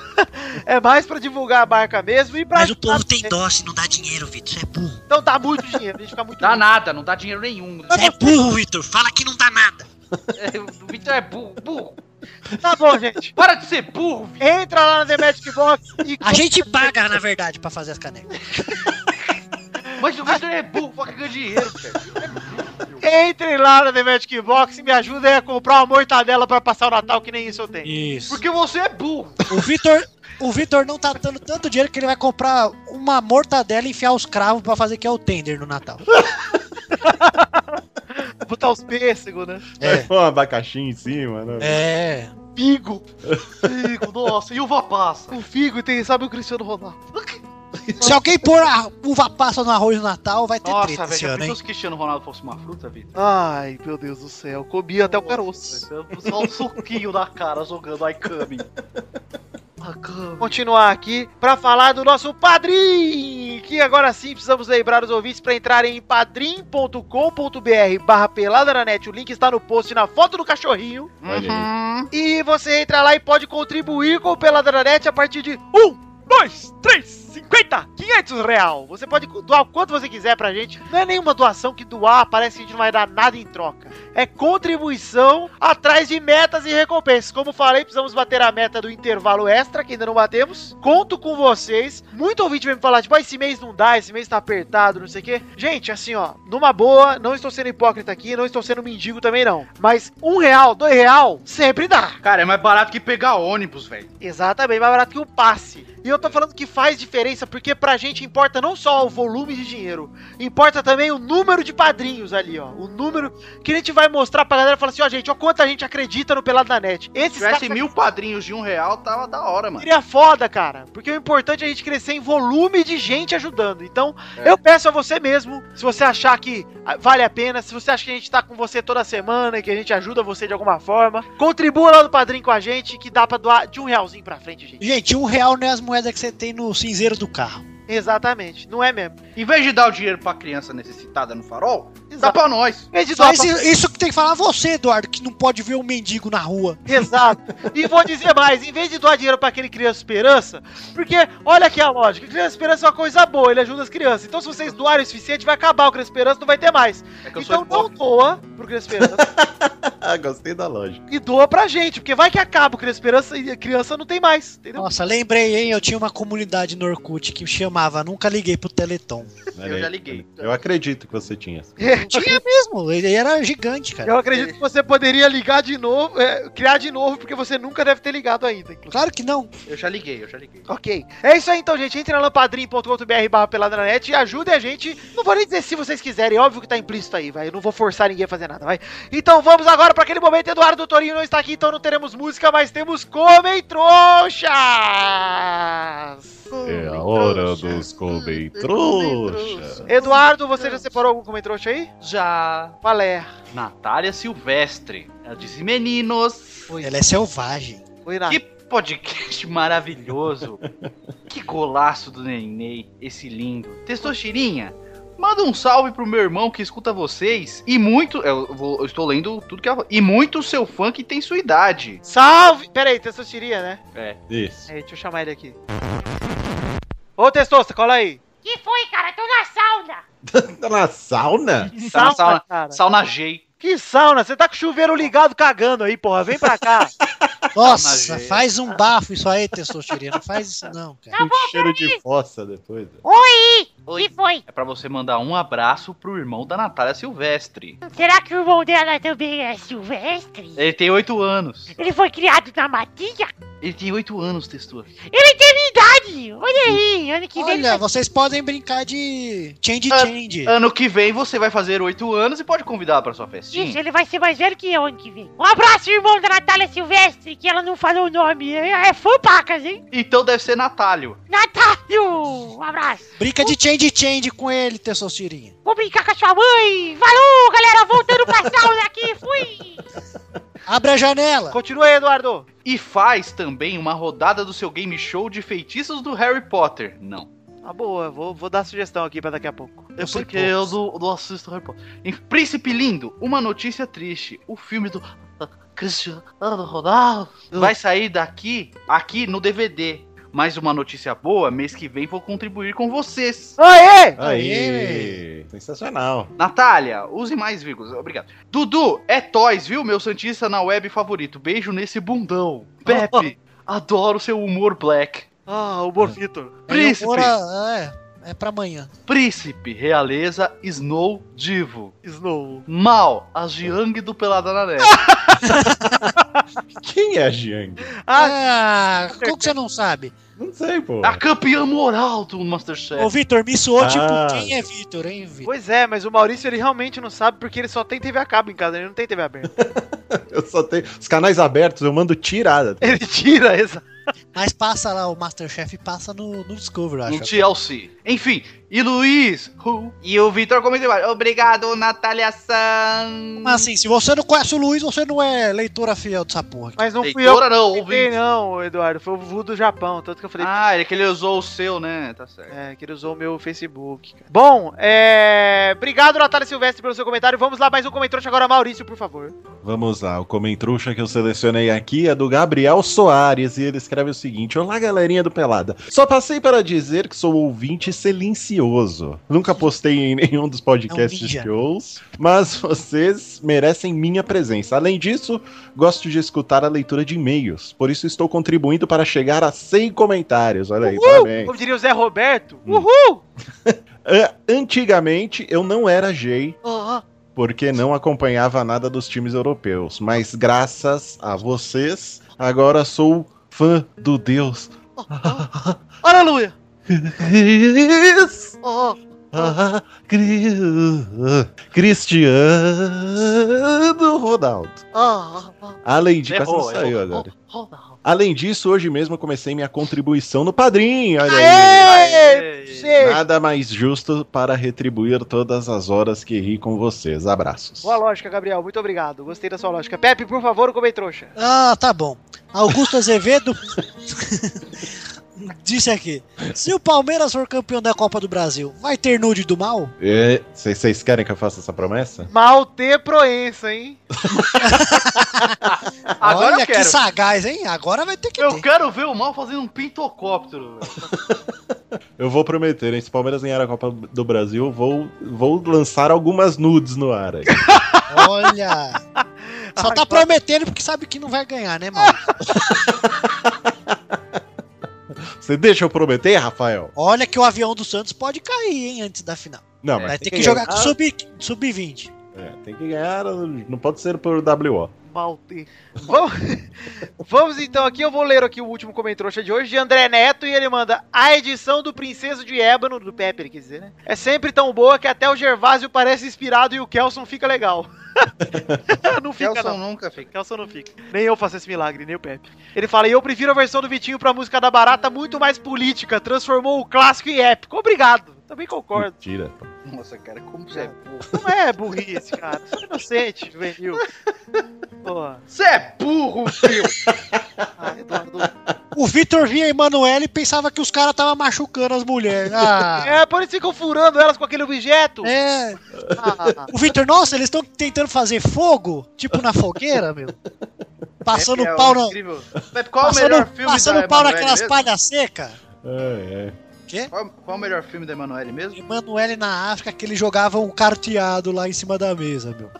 é mais pra divulgar a marca mesmo e pra. Mas o povo ajudar tem também. dó se não dá dinheiro, Vitor. Você é burro. Não Então dá muito dinheiro, a gente fica muito. Dá nada, não dá dinheiro nenhum. Você é burro, Vitor. Fala que não dá nada. É, o Vitor é burro, burro. Tá bom, gente. Para de ser burro, Vitor. Entra lá na The Magic Box e. A gente paga, na verdade, pra fazer as canecas. Mas o Vitor é burro, foca ganha dinheiro, cara. Entrem lá na The Magic Box e me ajudem a comprar uma mortadela pra passar o Natal, que nem isso eu tenho. Isso. Porque você é burro. O Vitor. O Vitor não tá dando tanto dinheiro que ele vai comprar uma mortadela e enfiar os cravos pra fazer que é o tender no Natal. Botar os pêssegos, né? É. Um abacaxi em cima, né? É. Figo. Figo, nossa. E uva passa. O figo tem, sabe, o Cristiano Ronaldo. Se alguém pôr a uva passa no arroz no Natal, vai ter Nossa, treta esse velho, já ano, hein? pensou se Cristiano Ronaldo fosse uma fruta, Vitor? Ai, meu Deus do céu. Comi até o caroço. Só um suquinho na cara jogando iCaming. continuar aqui para falar do nosso Padrim, que agora sim precisamos lembrar os ouvintes para entrarem em padrim.com.br barra pelada na net, o link está no post e na foto do cachorrinho. Uhum. E você entra lá e pode contribuir com o Pelada na Net a partir de um, dois, três, 50, 500 real. Você pode doar o quanto você quiser pra gente. Não é nenhuma doação que doar, parece que a gente não vai dar nada em troca. É contribuição atrás de metas e recompensas. Como falei, precisamos bater a meta do intervalo extra, que ainda não batemos. Conto com vocês. Muito ouvinte vem me falar, tipo, ah, esse mês não dá, esse mês tá apertado, não sei o quê. Gente, assim, ó, numa boa, não estou sendo hipócrita aqui, não estou sendo mendigo também não. Mas um real, dois real, sempre dá. Cara, é mais barato que pegar ônibus, velho. Exatamente, mais barato que um passe. E É. eu tô falando que faz diferença porque pra gente importa não só o volume de dinheiro, importa também o número de padrinhos ali, ó. O número que a gente vai mostrar pra galera e falar assim, ó, gente, ó, quanta gente acredita no Pelado da Net. Se tivesse mil padrinhos de um real, tava da hora, mano. Seria foda, cara. Porque o importante é a gente crescer em volume de gente ajudando. Então, É. eu peço a você mesmo, se você achar que ah, vale a pena, se você acha que a gente tá com você toda semana e que a gente ajuda você de alguma forma, contribua lá no padrinho com a gente, que dá pra doar de um realzinho pra frente, gente. Gente, um real não é as moedas que você tem no cinzeiro do carro. Exatamente, não é mesmo. Em vez de dar o dinheiro pra criança necessitada no farol, dá pra nós. Mas isso, isso que tem que falar você, Eduardo, que não pode ver um mendigo na rua. Exato. E vou dizer mais, em vez de doar dinheiro pra aquele Criança Esperança, porque olha aqui a lógica, Criança Esperança é uma coisa boa, ele ajuda as crianças. Então se vocês doarem o suficiente, vai acabar o Criança Esperança, não vai ter mais. É que eu sou então não doa pro Criança Esperança Ah, Gostei da lógica. e doa pra gente, porque vai que acaba o Criança Esperança e a criança não tem mais, entendeu? Nossa, lembrei, hein? Eu tinha uma comunidade no Orkut que chamava Nunca Liguei pro Teleton. Olha aí. liguei. Eu acredito que você tinha. tinha mesmo, ele era gigante, cara. Eu acredito que você poderia ligar de novo, é, criar de novo, porque você nunca deve ter ligado ainda. inclusive. Claro que não. Eu já liguei, eu já liguei. Ok. É isso aí então, gente. Entre na lampadrim.com.br barra pelada na net e ajudem a gente. Não vou nem dizer se vocês quiserem, óbvio que tá implícito aí, vai. Eu não vou forçar ninguém a fazer nada, vai. Então vamos agora pra aquele momento. Eduardo Torinho não está aqui, então não teremos música, mas temos Comem Trouxas! É a hora dos comem trouxa. Eduardo, você já separou algum Comem Trouxa aí? Já. Qual é? Natália Silvestre. Ela disse, meninos, Ela é selvagem. Oi, Nath. que podcast maravilhoso. que golaço do Nenê, esse lindo. Testostirinha, manda um salve pro meu irmão que escuta vocês. E muito, eu, vou- eu estou lendo tudo que ela E muito seu fã que tem sua idade. Salve! Pera aí, Testosteria, né? É. Isso. É, deixa eu chamar ele aqui. Ô, Testosta, cola aí. Que foi, cara? Tô na sauna. Tá na sauna? Tá na Sauna, sauna, cara. sauna G. Que sauna? Você tá com o chuveiro ligado cagando aí, porra. Vem pra cá. Nossa, faz um bafo isso aí, testosterona. Não faz isso não, cara. Com cheiro de fossa depois. Oi! Oi. Que foi? É pra você mandar um abraço pro irmão da Natália Ah, Silvestre. Será que o irmão dela também é silvestre? Ele tem oito anos. Ele foi criado na matilha? Ele tem oito anos, textura. Ele tem minha idade! Olha aí, ano que vem. ele Olha, vai- vocês podem brincar de change Ah, change. Ano que vem você vai fazer oito anos e pode convidá-la pra sua festinha. Isso, ele vai ser mais velho que eu ano que vem. Um abraço, irmão da Natália Silvestre, que ela não falou o nome. É, é fã pacas, hein? Então deve ser Natálio. Natálio! Um abraço. Brinca de change change com ele, testostirinha. Vou brincar com a sua mãe. Falou, galera. Voltando pra sauna aqui. Fui. Abre a janela. Continua aí, Eduardo. E faz também uma rodada do seu game show de feitiços do Harry Potter. Não. Tá boa, vou, vou dar sugestão aqui pra daqui a pouco. É sei porque eu não, não assisto Harry Potter. Em Príncipe Lindo, uma notícia triste. O filme do Cristiano Ronaldo vai sair daqui, aqui no DVD. Mais uma notícia boa, mês que vem vou contribuir com vocês. É. Aê! Aí. Sensacional. Natália, use mais vírgulas. Obrigado. Dudu, é Toys, viu? Meu Santista na web favorito. Beijo nesse bundão. Pepe, adoro seu humor black. Ah, o Morfito. Príncipe, é Agora, é, é pra amanhã. príncipe, realeza, Snow, divo. Snow. Mal, a Jiang do Pelada na Net. Quem é a Jiang? Ah, Ah, como que você não sabe? Não sei, pô. a campeã moral do Masterchef. Ô, Vitor, me soou tipo Ah. quem é Vitor, hein, Vitor? pois é, mas o Maurício ele realmente não sabe porque ele só tem TV a cabo em casa, ele não tem TV aberta. Eu só tenho os canais abertos, eu mando tirada. Ele tira essa. Mas passa lá, o Masterchef passa no, no Discovery, eu No acho. TLC. Enfim, E Luiz. hu. E o Vitor comentou embaixo. Obrigado, Natália San. Mas assim, se você não conhece o Luiz, você não é leitora fiel dessa porra. Mas não fui eu Leitora que não, citei, ouvinte. não, Eduardo. Foi o Vu do Japão, tanto que eu falei. Ah, ele que ele usou o seu, né? Tá certo. É, que ele usou o meu Facebook. cara. Bom, é... Obrigado, Natália Silvestre, pelo seu comentário. Vamos lá, mais um comentário agora, Maurício, por favor. Vamos lá, o comentruxa que eu selecionei aqui é do Gabriel Soares e ele escreve o seguinte: Olá, galerinha do Pelada. Só passei para dizer que sou ouvinte silencioso. Nunca postei em nenhum dos podcasts É um que ouço, mas vocês merecem minha presença. Além disso, gosto de escutar a leitura de e-mails, por isso estou contribuindo para chegar a 100 comentários. Olha aí, Uh, parabéns. como diria o Zé Roberto. Uhul! Ah, Antigamente eu não era gay, Ah, porque não acompanhava nada dos times europeus. Mas graças a vocês, agora sou fã do Deus. Aleluia! Cris- Oh, ah, Cris- Cristiano Ronaldo. oh, Além de Errou, quase não saiu agora. oh, Além disso, hoje mesmo eu comecei minha contribuição no padrinho. Olha aí. Aê! É, Você- Nada mais justo para retribuir todas as horas que ri com vocês. Abraços. Boa lógica, Gabriel. Muito obrigado. Gostei da sua lógica. Pepe, por favor, o trouxa. Ah, tá bom. Augusto Azevedo disse aqui: se o Palmeiras for campeão da Copa do Brasil, vai ter nude do mal? É, Vocês vocês querem que eu faça essa promessa? Mal ter Proença, hein? Agora Olha eu quero. que sagaz, hein? Agora vai ter que Eu ter. quero ver o mal fazendo um pintocóptero. velho. Eu vou prometer, hein? Se o Palmeiras ganhar a Copa do Brasil, eu vou, vou lançar algumas nudes no ar. aí. Olha. Só tá prometendo porque sabe que não vai ganhar, né, mal? Você deixa eu prometer, Rafael? Olha que o avião do Santos pode cair, hein, antes da final. Não, Vai mas ter É, que jogar com ganhar. sub- sub-20. É, tem que ganhar, não pode ser por WO. Mal ter. Vamos, vamos então aqui, eu vou ler aqui o último comentário de hoje, de André Neto, e ele manda a edição do Princeso de Ébano, do Pepe, ele quer dizer, né? É sempre tão boa que até o Gervásio parece inspirado e o Kelson fica legal. não fica, Kelson não. nunca fica. Kelson não fica. Nem eu faço esse milagre, nem o Pepe. Ele fala, e eu prefiro a versão do Vitinho pra música da Barata, muito mais política, transformou o clássico em épico. Obrigado, também concordo. Mentira. Nossa, cara, como você é burro. Não é burrice, cara, sou inocente, juvenil. Porra. Você é burro, filho. Ah, Eduardo. O Vitor via Emanuele e pensava que os caras estavam machucando as mulheres. Ah, É, por isso ficam furando elas com aquele objeto. é. Ah, O Vitor, nossa, eles estão tentando fazer fogo, tipo na fogueira, meu. Passando É, é pau um no, incrível. Mas qual é o melhor passando, filme passando pau Emanuele naquelas mesmo? palhas secas. É, é. Qual, qual é o melhor filme da Emanuele mesmo? Emanuele na África que eles jogavam um carteado lá em cima da mesa, meu.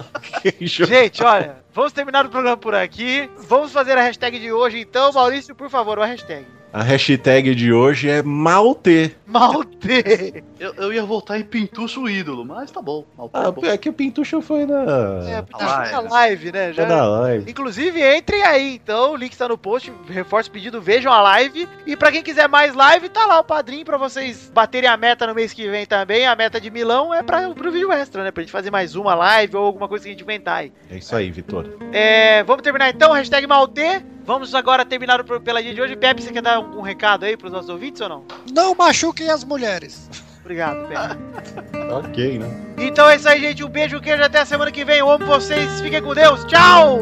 Gente, olha, vamos terminar o programa por aqui. Vamos fazer a hashtag de hoje, então. Maurício, por favor, uma hashtag. A hashtag de hoje é Malte. Malte! Eu, eu ia voltar em Pintuço o ídolo, mas tá bom. Mal, tá Ah, bom. é que o Pintucho foi É, na. porque tá live. na live, né? é. Já Já. da live. Inclusive, entrem aí, então. O link tá no post. Reforço o pedido, vejam a live. E pra quem quiser mais live, tá lá o padrinho pra vocês baterem a meta no mês que vem também. A meta de Milão é pra, pro vídeo extra, né? Pra gente fazer mais uma live ou alguma coisa que a gente inventar aí. É isso aí, Vitor. É, vamos terminar então, hashtag Malte. Vamos agora terminar o pro- pela dia de hoje. Pepe, você quer dar um, um recado aí pros nossos ouvintes ou não? Não machuquem as mulheres. Obrigado, Pepe. Ok, né? Então é isso aí, gente. Um beijo, um queijo. Até a semana que vem. Eu amo vocês. Fiquem com Deus. Tchau!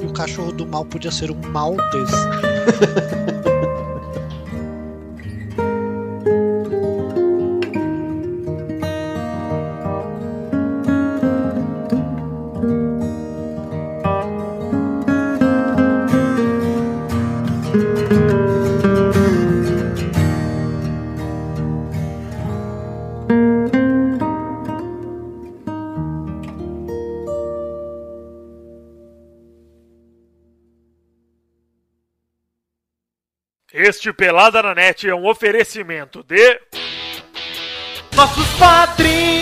E o cachorro do mal podia ser um maltês. Este Pelada na Net é um oferecimento de. Nossos padrinhos!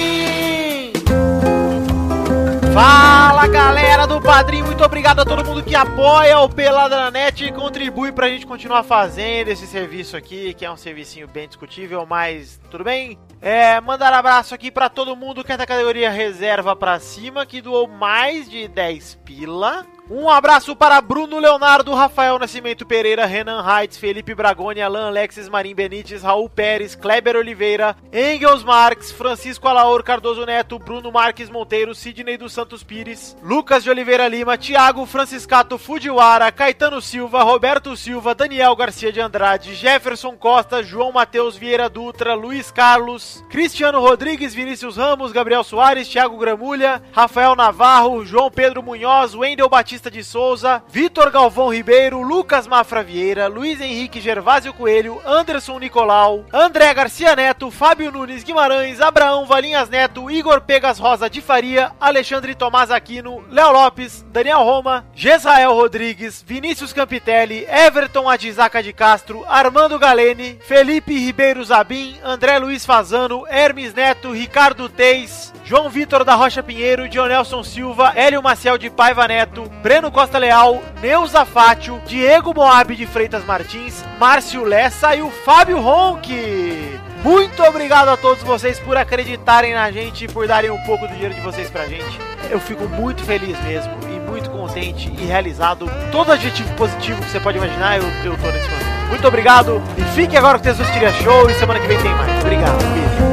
Fala galera do Padrim, muito obrigado a todo mundo que apoia o Pelada na Net e contribui pra gente continuar fazendo esse serviço aqui, que é um servicinho bem discutível, mas tudo bem. É, mandar abraço aqui pra todo mundo que é da categoria reserva pra cima, que doou mais de 10 pila. Um abraço para Bruno Leonardo, Rafael Nascimento Pereira, Renan Heitz, Felipe Bragoni, Alan Alexis Marim Benites, Raul Pérez, Kleber Oliveira, Engels Marques, Francisco Alaor Cardoso Neto, Bruno Marques Monteiro, Sidney dos Santos Pires, Lucas de Oliveira Lima, Thiago Franciscato Fujiwara, Caetano Silva, Roberto Silva, Daniel Garcia de Andrade, Jefferson Costa, João Matheus Vieira Dutra, Luiz Carlos, Cristiano Rodrigues, Vinícius Ramos, Gabriel Soares, Thiago Gramulha, Rafael Navarro, João Pedro Munhoz, Wendel Batista de Souza, Vitor Galvão Ribeiro, Lucas Mafra Vieira, Luiz Henrique Gervásio Coelho, Anderson Nicolau, André Garcia Neto, Fábio Nunes Guimarães, Abraão Valinhas Neto, Igor Pegas Rosa de Faria, Alexandre Tomás Aquino, Léo Lopes, Daniel Roma, Gesael Rodrigues, Vinícius Campitelli, Everton Adizaca de Castro, Armando Galene, Felipe Ribeiro Zabim, André Luiz Fazano, Hermes Neto, Ricardo Teis, João Vitor da Rocha Pinheiro, John Nelson Silva, Hélio Maciel de Paiva Neto, Breno Costa Leal, Neuza Fátio, Diego Moab de Freitas Martins, Márcio Lessa e o Fábio Ronque. Muito obrigado a todos vocês por acreditarem na gente e por darem um pouco do dinheiro de vocês pra gente. Eu fico muito feliz mesmo e muito contente e realizado. Todo adjetivo positivo que você pode imaginar, eu, eu tô nesse momento. Muito obrigado e fique agora com o Jesus Tiria Show e semana que vem tem mais. Obrigado. Beijo.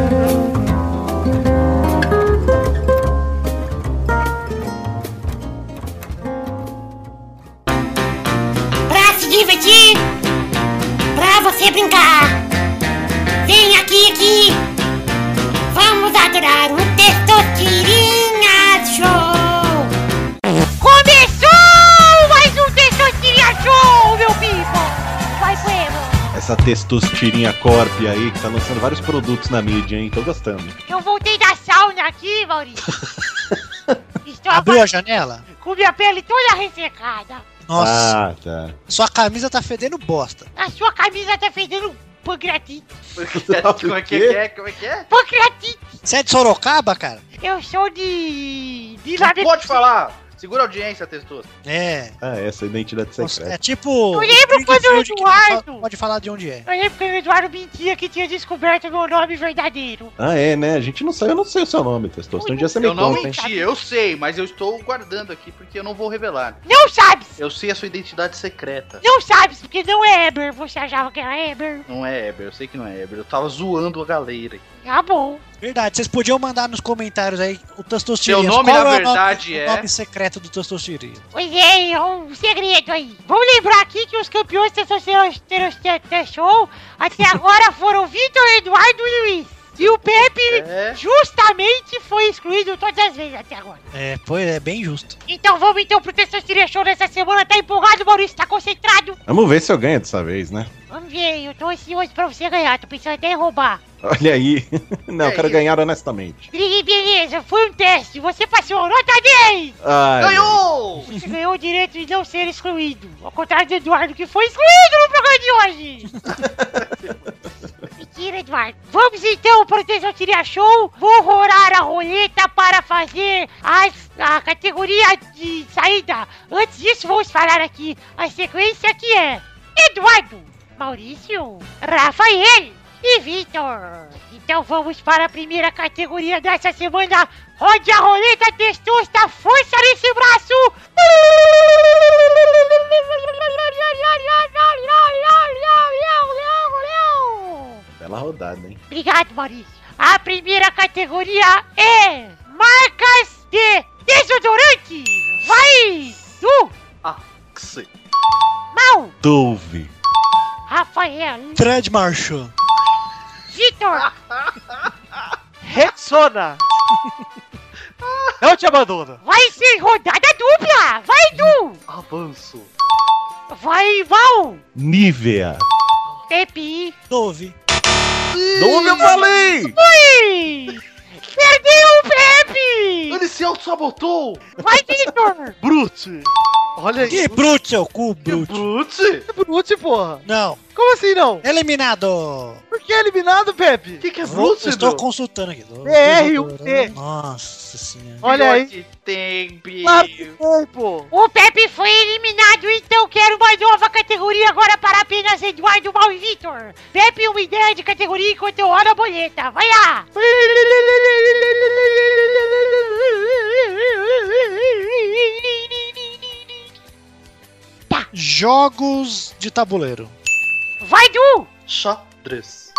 Pra se divertir, pra você brincar. Vem aqui, aqui. Vamos adorar o Testosterinha Show. Começou mais um Testosterinha Show, meu people. Vai, Poema. Essa testostirinha corp aí, que tá lançando vários produtos na mídia, hein? Tô gostando. Eu voltei da sauna aqui, Maurício. Estou Abriu a agora janela? com minha pele toda ressecada. Nossa, Ah, tá. sua camisa tá fedendo bosta. A sua camisa tá fedendo pancreatite. Como é que é? Como é que é? Pancreatite. Você é de Sorocaba, cara? Eu sou de... de Não pode falar! Segura a audiência, Testoso. É. Ah, essa identidade secreta. É tipo. Eu lembro quando o Greenfield que não fa- Eduardo- Pode falar de onde é. Eu lembro que o Eduardo mentia que tinha descoberto meu nome verdadeiro. Ah, é, né? A gente não sabe, eu não sei o seu nome, Testoso. Um dia você me Eu não conta, hein? menti, eu sei, mas eu estou guardando aqui porque eu não vou revelar. Não sabe, Eu sei a sua identidade secreta. não sabe, porque não é Eber. Você achava que era Eber? Não é Eber, eu sei que não é Eber. Eu tava zoando a galera. aqui. Tá bom. Verdade, vocês podiam mandar nos comentários aí o Tostostirias. Seu nome, Qual na é o nome- verdade, é- O nome secreto do Tostostirias. Pois é, é um segredo aí. Vamos lembrar aqui que os campeões do Show até agora foram Vitor, Eduardo e Luiz. E o Pepe É. justamente foi excluído todas as vezes até agora. É, pois é, bem justo. Então vamos então pro Testosterinha Show dessa semana. Tá empolgado, Maurício? Tá concentrado? Vamos ver se eu ganho dessa vez, né? Vamos ver, eu tô ansioso pra você ganhar. Tô pensando até em roubar. Olha aí. Não, eu quero ganhar honestamente. Be- Beleza, foi um teste. Você passou nota 10! Ai, ganhou! Você ganhou o direito de não ser excluído. Ao contrário do Eduardo, que foi excluído no programa de hoje. Mentira, Eduardo. Vamos então para o Tesoutiria Show. Vou rolar a roleta para fazer as- a categoria de saída. Antes disso, vamos falar aqui a sequência que é... Eduardo, Maurício, Rafael e Vitor. Então vamos para a primeira categoria dessa semana. Rode a roleta testosta, força nesse braço! Bela rodada, hein? Obrigado, Maurício. A primeira categoria é marcas de desodorante. Vai, Du, Mal, Dove. Rafael, Fred Marshall. Vitor. Rexona. Não te abandono. Vai ser rodada dupla! Vai, Du! Avanço. Vai, Val! Nivea. Pepe! Dove! Dove eu falei! Ui! Perdeu o Pepe! Ele se auto-sabotou! Vai, Vitor! Brute. Olha aí. Que bruto, seu cu, bruto. Brute? É Brute, porra. Não. Como assim não? Eliminado. Por que é eliminado, Pepe? O que, que é Vou- Brute, estou Du? consultando aqui. BR1T. Nossa senhora. Olha aí. Pior que Tem, bi. Claro que foi, pô. O Pepe foi eliminado, então quero uma nova categoria agora para apenas Eduardo, Mal e Vitor. Pepe, uma ideia de categoria enquanto eu olho a boleta. Vai lá! Jogos de tabuleiro. Vai, Du! Xadrez.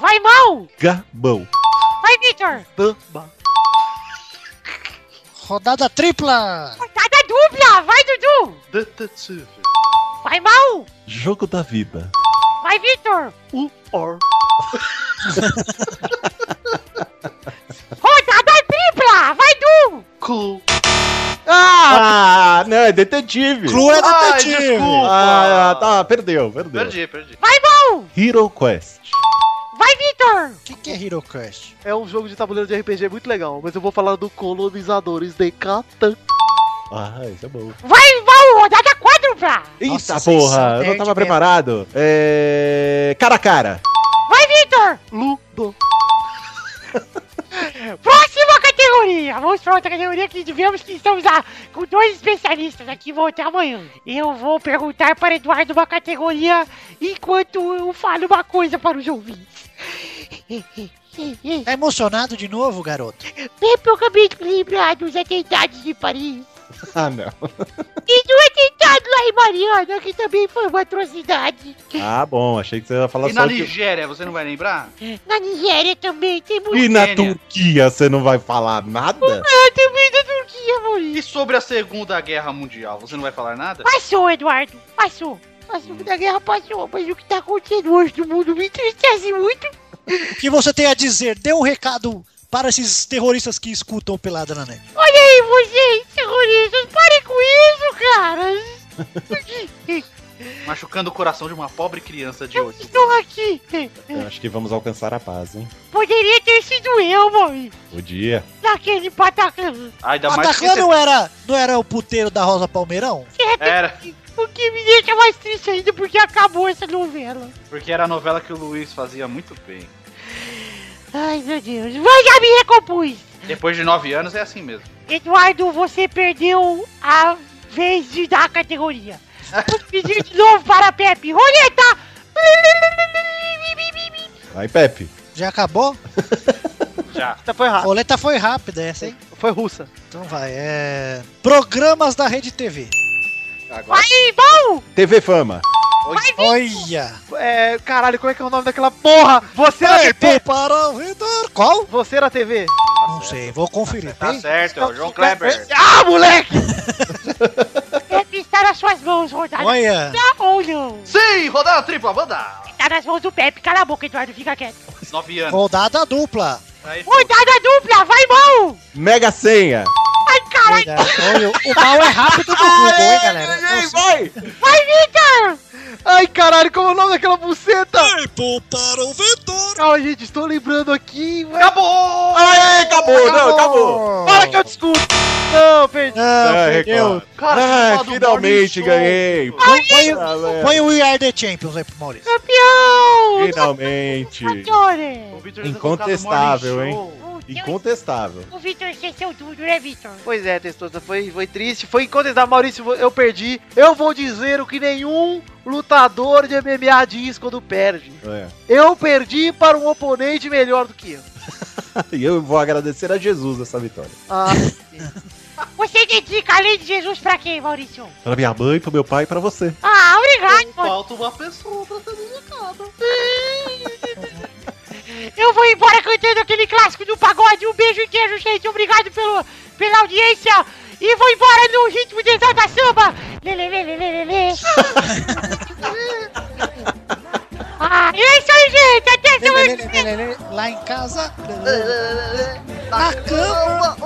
Vai, Mal! Gabão. Vai, Victor! Dama. Rodada tripla. Rodada dupla! Tá Vai, Dudu! Detetive. Vai, Mal! Jogo da vida. Vai, Victor! U or. Rodada tripla! Vai, Du! Clue. Ah, não, é detetive. Clue é Ah, detetive. desculpa. Ah, tá, perdeu, perdeu. Perdi, perdi. Vai, Mal! Hero Quest. Vai, Victor! O que, que é Hero Quest? É um jogo de tabuleiro de é RPG muito legal, mas eu vou falar do Colonizadores de Catan. Ah, isso é bom. Vai, Mal! Rodada quádrupla! Eita Nossa, vocês são porra, eu não nerd tava mesmo. preparado. É... Cara a cara. Vai, Victor! Ludo. Próxima categoria! Vamos para outra categoria que tivemos que estamos lá com dois especialistas aqui vão até amanhã. Eu vou perguntar para Eduardo uma categoria enquanto eu falo uma coisa para os ouvintes. Tá emocionado de novo, garoto? Pepocamente lembrar dos atentados de Paris. Ah, não. E é do atentado lá em Mariana, que também foi uma atrocidade. Ah, bom, achei que você ia falar E só na de... Nigéria, você não vai lembrar? Na Nigéria também tem muito. E na Nigéria. Turquia você não vai falar nada? Ah, também da Turquia, Maurício. E sobre a Segunda Guerra Mundial, você não vai falar nada? Passou, Eduardo. Passou. A Segunda Guerra passou, mas o que tá acontecendo hoje no mundo me entristece muito. O que você tem a dizer? Dê um recado para esses terroristas que escutam o Pelada na Net. Olha aí, vocês, terroristas, parem com isso, cara. Machucando o coração de uma pobre criança de hoje. Estou aqui. Eu acho que vamos alcançar a paz, hein? Poderia ter sido eu, Maurício, O dia. naquele Pataclan. Tá Ainda mais que Bataclan você... não era, não era o puteiro da Rosa Palmeirão? Era, O que me deixa mais triste ainda porque acabou essa novela. porque era a novela que o Luiz fazia muito bem. Ai, meu Deus. Mas já me recompus. Depois de nove anos é assim mesmo. Eduardo, você perdeu a vez de dar a categoria. Vou pedir de novo para a Pepe. Roleta! Vai, Pepe. Já acabou? Já. Tá, Essa foi A rápida. roleta foi rápida essa, hein? Ah. Foi russa. Então vai, é... Programas da Rede TV. Agora. Vai, bom! TV Fama. Olha! É, caralho, como é que é o nome daquela porra? Você na TV! Tempo para ouvir- Qual? Você na TV! Não sei, vou conferir. Tá Tem? certo, Então, o João Kleber. Ah, moleque! Pepe está nas suas mãos, Rodada. Olha! Tá ou não? Sim, rodada tripla, banda! Tá nas mãos do Pepe. Cala a boca, Eduardo. Fica quieto. Nove anos. Rodada dupla. Aí, Rodada dupla! Vai, bom! Mega Senha. Ai, caralho! Olha, olha, o mal é rápido do Google, hein, galera? É vai! Vai, Victor! Ai, caralho, como é o nome daquela buceta? Tempo para o vetor. Calma, gente, estou lembrando aqui. vai- Acabou! Aê, acabou, não, acabou. Para que eu discuto! Não, perdi. Ah, Ah, perdeu. Ah, chamado finalmente Morning Show. ganhei. Põe, Ah, velho. põe o We Are The Champions aí pro Maurício. Campeão! Finalmente. O Vitor! Victor já tá Incontestável, colocado no Morning Show. Incontestável. O Vitor esqueceu tudo, né, Vitor? Pois é, Testosta, foi, foi triste, foi incontestável. Maurício, eu perdi. Eu vou dizer o que nenhum lutador de MMA diz quando perde. É. Eu perdi para um oponente melhor do que eu. E eu vou agradecer a Jesus essa vitória. Ah, Você dedica a lei de Jesus pra quem, Maurício? Pra minha mãe, pro meu pai e pra você. Ah, obrigado, Maurício. Falta uma pessoa pra fazer isso. Eu vou embora cantando aquele clássico do pagode. Um beijo e queijo, gente. Obrigado pelo, pela audiência. E vou embora no ritmo de exalta samba. Lê, lê, lê, lê, lê, lê, lê. ah, é isso aí, gente. Até semana que vem. Lá em casa, na cama.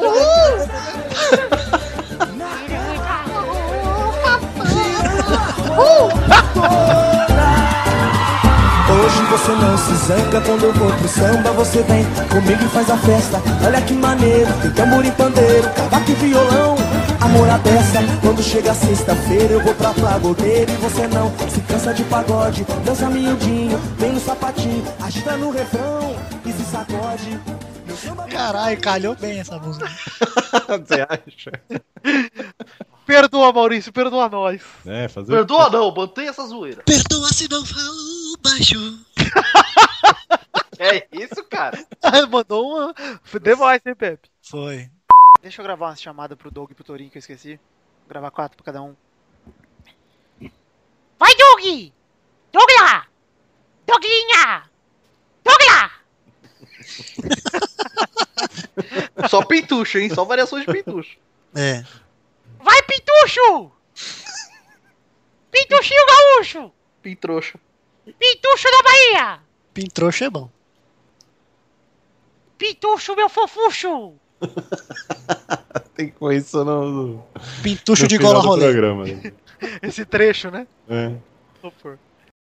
Hoje você não se zanga quando eu vou pro samba Você vem comigo e faz a festa Olha que maneiro, tem tambor e pandeiro Cavaco e violão, amor à beça Quando chega sexta-feira eu vou pra pagodeiro E você não se cansa de pagode Dança miudinho, vem no sapatinho Agita no refrão e se sacode Meu samba- Caralho, calhou bem essa música. você acha? perdoa, Maurício, perdoa nós. É, fazer o Perdoa não, mantenha essa zoeira. Perdoa se não falo baixo. É isso, cara. Mandou uma. Foi demais, hein, Pepe? Foi. Deixa eu gravar uma chamada pro Doug e pro Torinho que eu esqueci. Vou gravar quatro pra cada um. Dog! Dogla! Doglinha! Dogla! Só pintucho, hein? Só variações de pintucho. É. Vai, Pintucho! Pintuchinho gaúcho! Pintrouxa. Pintucho da Bahia! Pintrouxa é bom. Pintucho, meu fofucho! Tem que pôr isso no. no Pintucho no de final gola do rolê. programa, né? Esse trecho, né? É. Por favor.